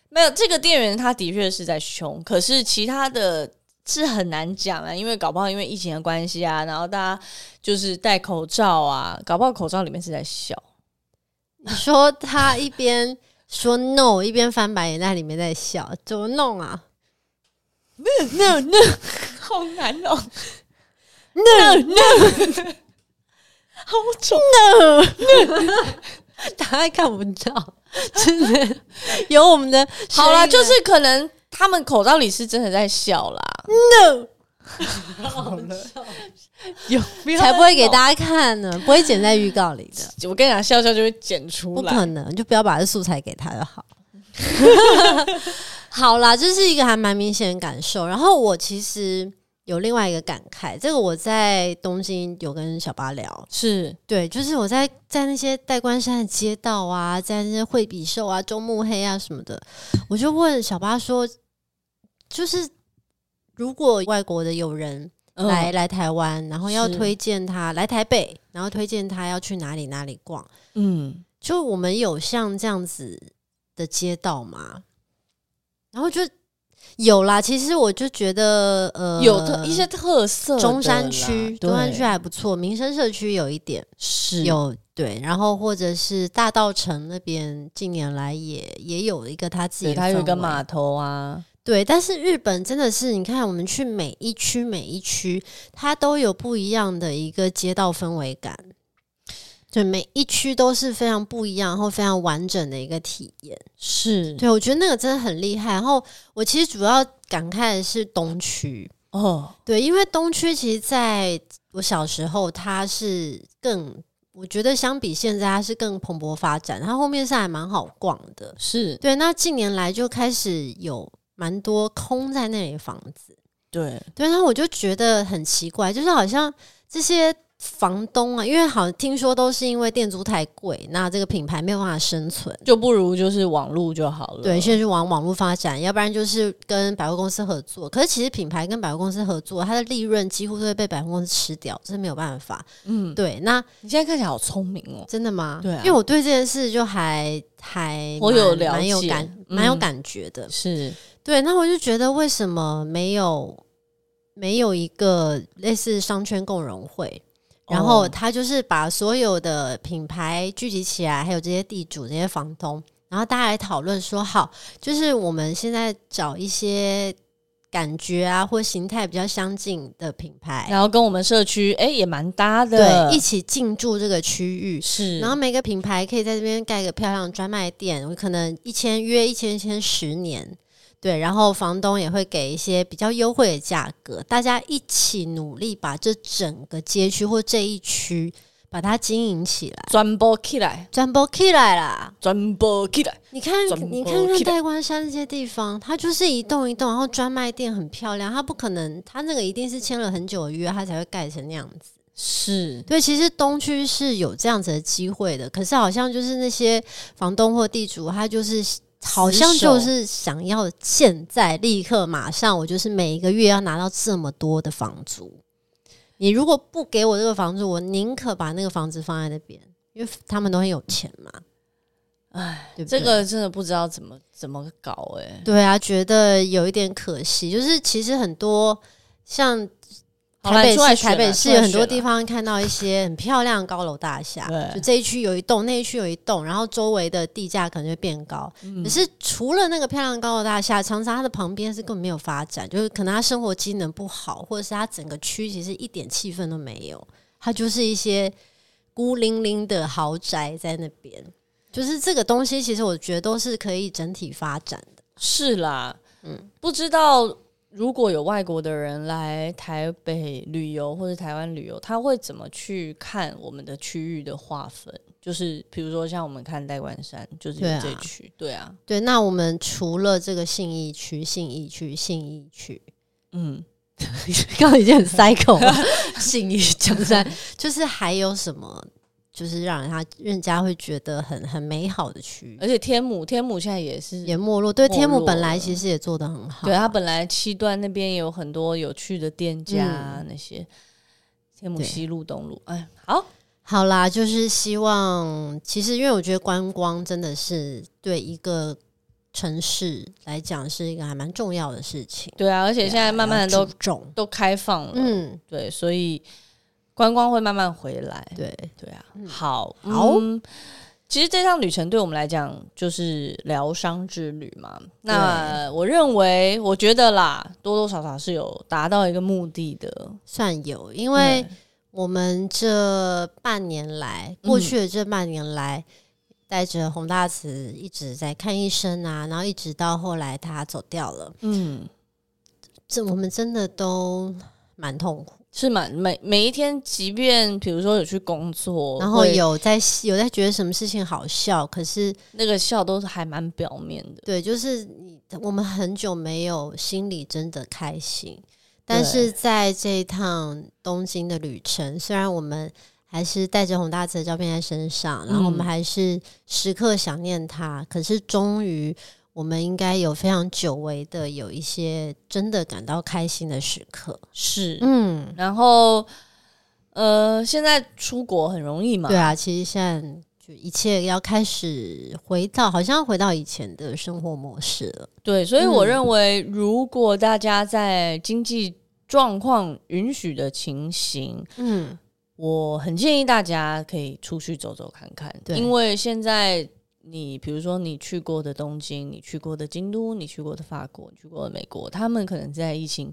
S2: 没有这个店员，他的确是在凶，可是其他的是很难讲啊，因为搞不好因为疫情的关系啊，然后大家就是戴口罩啊，搞不好口罩里面是在笑。
S1: 你说他一边说 no，一边翻白眼，在里面在笑，怎么弄啊？
S2: no no，好难哦。no no，好丑。
S1: 大家看不到，真的有我们的声音啊。 啊
S2: 好啦，就是可能他们口罩里是真的在笑啦，有必要
S1: 才 不会给
S2: 家？
S1: 大家看 呢，不会剪在预告里的，
S2: 我跟你讲，笑笑就会剪 出
S1: 不
S2: 来
S1: 可。能，就不要把这素材给他就 好。好啦，这是一个还蛮明显的感受。然后我其实有另外一个感慨，这个我在东京有跟小八聊，
S2: 是
S1: 对，就是我在在那些代官山的街道啊，在那些惠比寿啊、中目黑啊什么的，我就问小八说，就是如果外国的友人来、，来台湾，然后要
S2: 嗯是
S1: 推荐他来台北，然后推荐他要去哪里哪里逛，
S2: 嗯，
S1: 就我们有像这样子的街道吗？然后就有啦，其实我就觉得呃，
S2: 有特一些特色的啦，
S1: 中山区，
S2: 对
S1: 中山区还不错，民生社区有一点。
S2: 是
S1: 有对，然后或者是大道城那边近年来也也有一个他自己
S2: 对，
S1: 的
S2: 它有一个
S1: 氛围
S2: 码头啊，
S1: 对，但是日本真的是你看，我们去每一区每一区，它都有不一样的一个街道氛围感。对，每一区都是非常不一样，然后非常完整的一个体验。
S2: 是
S1: 对，我觉得那个真的很厉害。然后我其实主要感慨的是东区，
S2: 哦，
S1: 对，因为东区其实在我小时候，它是更，我觉得相比现在它是更蓬勃发展，它后面是还蛮好逛的。
S2: 是
S1: 对，那近年来就开始有蛮多空在那里的房子，
S2: 对，
S1: 对，然后我就觉得很奇怪，就是好像这些房东啊，因为好像听说都是因为店租太贵，那这个品牌没有办法生存。
S2: 就不如就是网路就好了。
S1: 对，现在就往网络发展，要不然就是跟百货公司合作。可是其实品牌跟百货公司合作，它的利润几乎都会被百货公司吃掉，这是没有办法。
S2: 嗯，
S1: 对，那
S2: 你现在看起来好聪明哦，
S1: 真的吗？
S2: 对啊
S1: 因为我对这件事就还还
S2: 我
S1: 蛮
S2: 有了
S1: 蛮有
S2: 解
S1: 感，蛮有
S2: 嗯
S1: 感觉的。
S2: 是
S1: 对，那我就觉得为什么没有没有一个类似商圈共融会？然后
S2: 哦
S1: 他就是把所有的品牌聚集起来，还有这些地主、这些房东，然后大家来讨论说，好，就是我们现在找一些感觉啊或形态比较相近的品牌，
S2: 然后跟我们社区哎也蛮搭的，
S1: 对，一起进驻这个区域。
S2: 是，
S1: 然后每个品牌可以在这边盖一个漂亮的专卖店，我可能一签约一签一签十年，对，然后房东也会给一些比较优惠的价格，大家一起努力把这整个街区或这一区把它经营起来，
S2: 转播起来，
S1: 转播起来啦！
S2: 转播起来，
S1: 你看
S2: 转播，
S1: 你看看
S2: 起来
S1: 代官山这些地方，它就是一栋一栋，然后专卖店很漂亮，它不可能，它那个一定是签了很久的约，它才会盖成那样子。
S2: 是
S1: 对，其实东区是有这样子的机会的，可是好像就是那些房东或地主，他就是好像就是想要现在立刻马上，我就是每一个月要拿到这么多的房租。你如果不给我这个房租，我宁可把那个房子放在那边，因为他们都很有钱嘛。
S2: 哎，
S1: 对不
S2: 这
S1: 对
S2: 个真的不知道怎么怎么搞哎、
S1: 对啊，觉得有一点可惜，就是其实很多像
S2: 好
S1: 台
S2: 啦
S1: 北
S2: 出来
S1: 市，
S2: 选
S1: 台
S2: 啦
S1: 北市
S2: 出来
S1: 有很多
S2: 选啦
S1: 地方看到一些很漂亮的高楼大厦，
S2: 对
S1: 就这一区有一栋，那一区有一栋，然后周围的地价可能就变高。
S2: 嗯
S1: 可是除了那个漂亮的高楼大厦，常常它的旁边是根本没有发展，就是可能它生活机能不好，或者是它整个区其实一点气氛都没有，它就是一些孤零零的豪宅在那边。就是这个东西，其实我觉得都是可以整体发展的。
S2: 是啦，嗯，不知道如果有外国的人来台北旅游或者台湾旅游，他会怎么去看我们的区域的划分？就是比如说像我们看代官山，就是
S1: 对啊
S2: 有这区，对啊，
S1: 对，那我们除了这个信义区、信义区、信义区，
S2: 嗯，
S1: 刚刚已经很 cycle 了，信义江山，就是还有什么，就是让人他人家会觉得很很美好的区域
S2: 而且天母，天母现在也是，
S1: 也没落。对，
S2: 没
S1: 天母
S2: 落
S1: 本来
S2: 了
S1: 其实也做得很好，
S2: 对，它本来七段那边也有很多有趣的店家、啊
S1: 嗯
S2: 那些，天母
S1: 对
S2: 西路、东路，哎，好，
S1: 好啦，就是希望，其实因为我觉得观光真的是对一个城市来讲是一个还蛮重要的事情，
S2: 对啊，而且现在慢慢的
S1: 要
S2: 都、
S1: 注重，
S2: 都开放了，
S1: 嗯，
S2: 对，所以观光会慢慢回来，
S1: 对，
S2: 对啊，好，
S1: 好
S2: 嗯其实这趟旅程对我们来讲就是疗伤之旅嘛。那我认为，我觉得啦，多多少少是有达到一个目的的，
S1: 算有，
S2: 嗯
S1: 因为
S2: 对
S1: 我们这半年来，过去的这半年来，带着洪大慈一直在看医生啊，然后一直到后来他走掉了，
S2: 嗯，
S1: 这我们真的都蛮痛苦。
S2: 是蛮每每一天，即便比如说有去工作，
S1: 然后
S2: 会
S1: 有在有在觉得什么事情好笑，可是
S2: 那个笑都是还蛮表面的，
S1: 对，就是你我们很久没有心里真的开心，但是在这一趟东京的旅程，虽然我们还是带着洪大慈的照片在身上，然后我们
S2: 嗯
S1: 还是时刻想念他，可是终于。我们应该有非常久违的有一些真的感到开心的时刻。
S2: 是。
S1: 嗯，
S2: 然后呃，现在出国很容易嘛，
S1: 对啊，其实现在就一切要开始回到，好像回到以前的生活模式了。
S2: 对，所以
S1: 嗯
S2: 我认为，如果大家在经济状况允许的情形，
S1: 嗯，
S2: 我很建议大家可以出去走走看看，
S1: 对
S2: 因为现在你比如说你去过的东京，你去过的京都，你去过的法国，你去过的美国，他们可能在疫情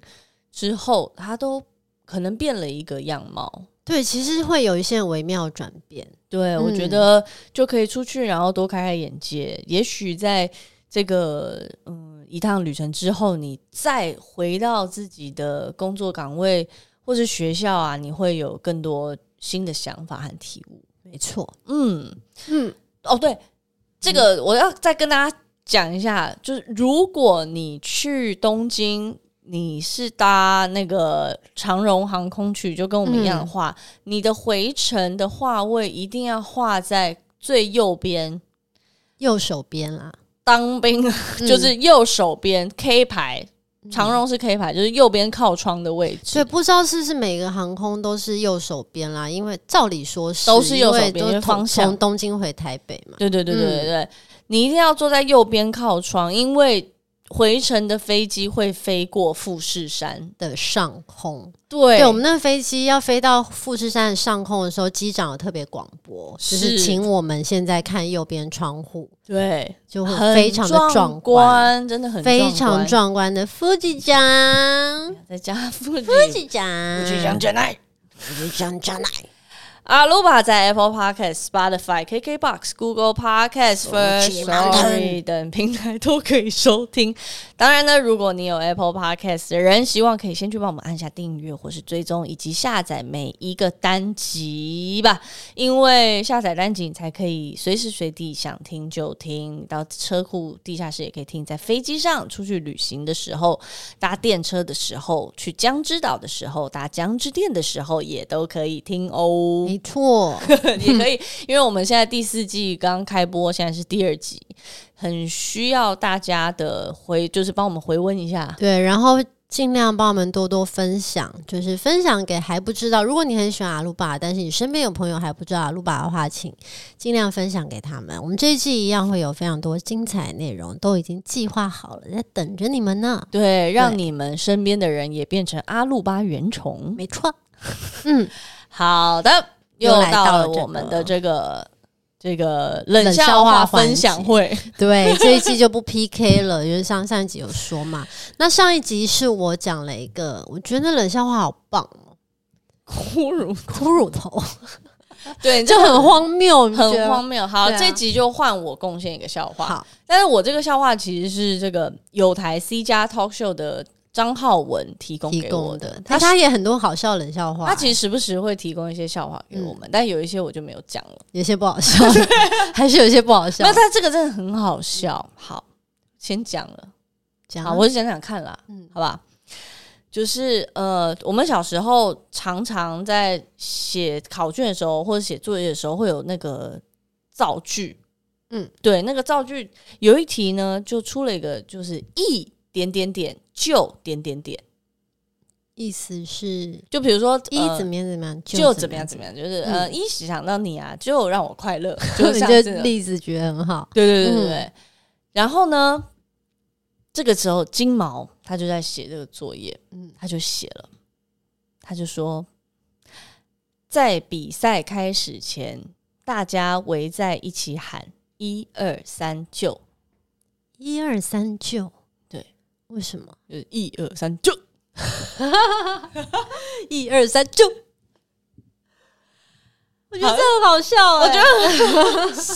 S2: 之后，他都可能变了一个样貌。
S1: 对，其实会有一些微妙转变。
S2: 对，我觉
S1: 嗯
S2: 得就可以出去，然后多开开眼界。也许在这个嗯一趟旅程之后，你再回到自己的工作岗位或是学校啊，你会有更多新的想法和体悟。
S1: 没错，
S2: 嗯，
S1: 嗯，
S2: 哦，对，这个我要再跟大家讲一下，就是如果你去东京，你是搭那个长荣航空去，就跟我们一样
S1: 嗯
S2: 的话，你的回程的话位一定要画在最右边，
S1: 右手边啦，
S2: 当兵 就是右手边 K 牌，
S1: 嗯
S2: 长。荣是 K 牌，就是右边靠窗的位
S1: 所以
S2: 置。
S1: 不知道是不是每个航空都是右手边啦，因为照理说是
S2: 都是右手
S1: 因
S2: 边
S1: 为都
S2: 因为方
S1: 从
S2: 向
S1: 从东京回台北嘛。
S2: 对对对对对
S1: 嗯
S2: 对，你一定要坐在右边靠窗，因为回程的飞机会飞过富士山。
S1: 的上空，
S2: 对
S1: 对我们那飞机要飞到富士山的上空的时候，机长有特别广播，就是
S2: 是
S1: 请我们现在看右边窗户，
S2: 对，
S1: 就会
S2: 很
S1: 非常的
S2: 壮
S1: 壮观，，
S2: 真的很
S1: 非常
S2: 壮
S1: 壮观的富士江，
S2: 观。再加富 士，
S1: 富士江，
S2: 富士山真爱。
S1: 富士江真爱。
S2: 阿鲁巴在 Apple Podcast、Spotify、KKBox、Google Podcast、First
S1: 去馒头
S2: Story 等平台都可以收听。当然呢，如果你有 Apple Podcast 的人，希望可以先去帮我们按下订阅或是追踪，以及下载每一个单集吧。因为下载单集，你才可以随时随地想听就听，你到车库地下室也可以听，在飞机上出去旅行的时候，搭电车的时候，去江之岛的时候，搭江之电的时候，也都可以听哦。
S1: 没错，
S2: 也可以，因为我们现在第四季刚开播，现在是第二集，很需要大家的回，就是帮我们回温一下。
S1: 对，然后尽量帮我们多多分享，就是分享给还不知道。如果你很喜欢阿鲁巴，但是你身边有朋友还不知道阿鲁巴的话，请尽量分享给他们。我们这一季一样会有非常多精彩内容，都已经计划好了，在等着你们呢。
S2: 对，让
S1: 对
S2: 你们身边的人也变成阿鲁巴原虫。
S1: 没错， 嗯，
S2: 好的，
S1: 又
S2: 又
S1: 来到
S2: 到了
S1: 了这
S2: 我们
S1: 个
S2: 的这个这个冷
S1: 冷
S2: 笑
S1: 笑话
S2: 话
S1: 环
S2: 分享
S1: 节
S2: 会。
S1: 对，这一季就不 PK 了，因为上上一集有说嘛。那上一集是我讲了一个，我觉得冷笑话好棒 哦，
S2: 侮辱，
S1: 骷髅头
S2: 对，这
S1: 就很
S2: 很
S1: 荒谬，你觉
S2: 很
S1: 得
S2: 荒谬。好，
S1: 对啊
S2: 这集就换我贡献一个笑话。
S1: 好，
S2: 但是我这个笑话其实是这个有台 C 加 Talk Show 的张浩文提供
S1: 提
S2: 给我
S1: 供
S2: 的
S1: 的，，
S2: 他
S1: 他他也很多好笑冷笑话，嗯
S2: 他其实时不时会提供一些笑话给我们，但有一些我就没有讲了。
S1: 有些不好笑， 还是有些不好笑
S2: 那。他这个真的很好笑，好，先讲了，
S1: 讲啊
S2: 好，我就讲讲看啦，
S1: 嗯
S2: 好吧？就是呃，我们小时候常常在写考卷的时候，或者写作业的时候，会有那个造句。
S1: 嗯，
S2: 对，那个造句有一题呢，就出了一个，就是一点点点就点点点，
S1: 意思是
S2: 就比如说
S1: 一
S2: 呃
S1: 怎么样怎么样
S2: 就怎么样怎么样，就是、呃，
S1: 嗯
S2: 一想到你啊，就让我快 乐，就
S1: 样，你
S2: 是像这
S1: 这
S2: 种
S1: 例子觉得很好，
S2: 对对对对
S1: 嗯
S2: 对。然后呢，这个时候金毛他就在写这个作业，
S1: 嗯
S2: 他就写了，他就说，在比赛开始前，大家围在一起喊一二三就，
S1: 一二三就
S2: 对，
S1: 为什么
S2: 就是一二三就。
S1: 一二三就？我觉得
S2: 好
S1: 这很好笑欸，
S2: 我觉得很好笑，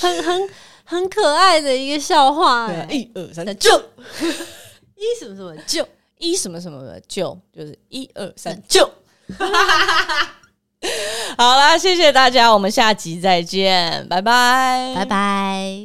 S1: 很很很可爱的一个笑话、
S2: 对啊，
S1: 哎，
S2: 一二三，就
S1: 一什么什么就
S2: 一什么什么的就，就是一二三就。 好啦，谢谢大家，我们下集再见，拜拜，
S1: 拜拜。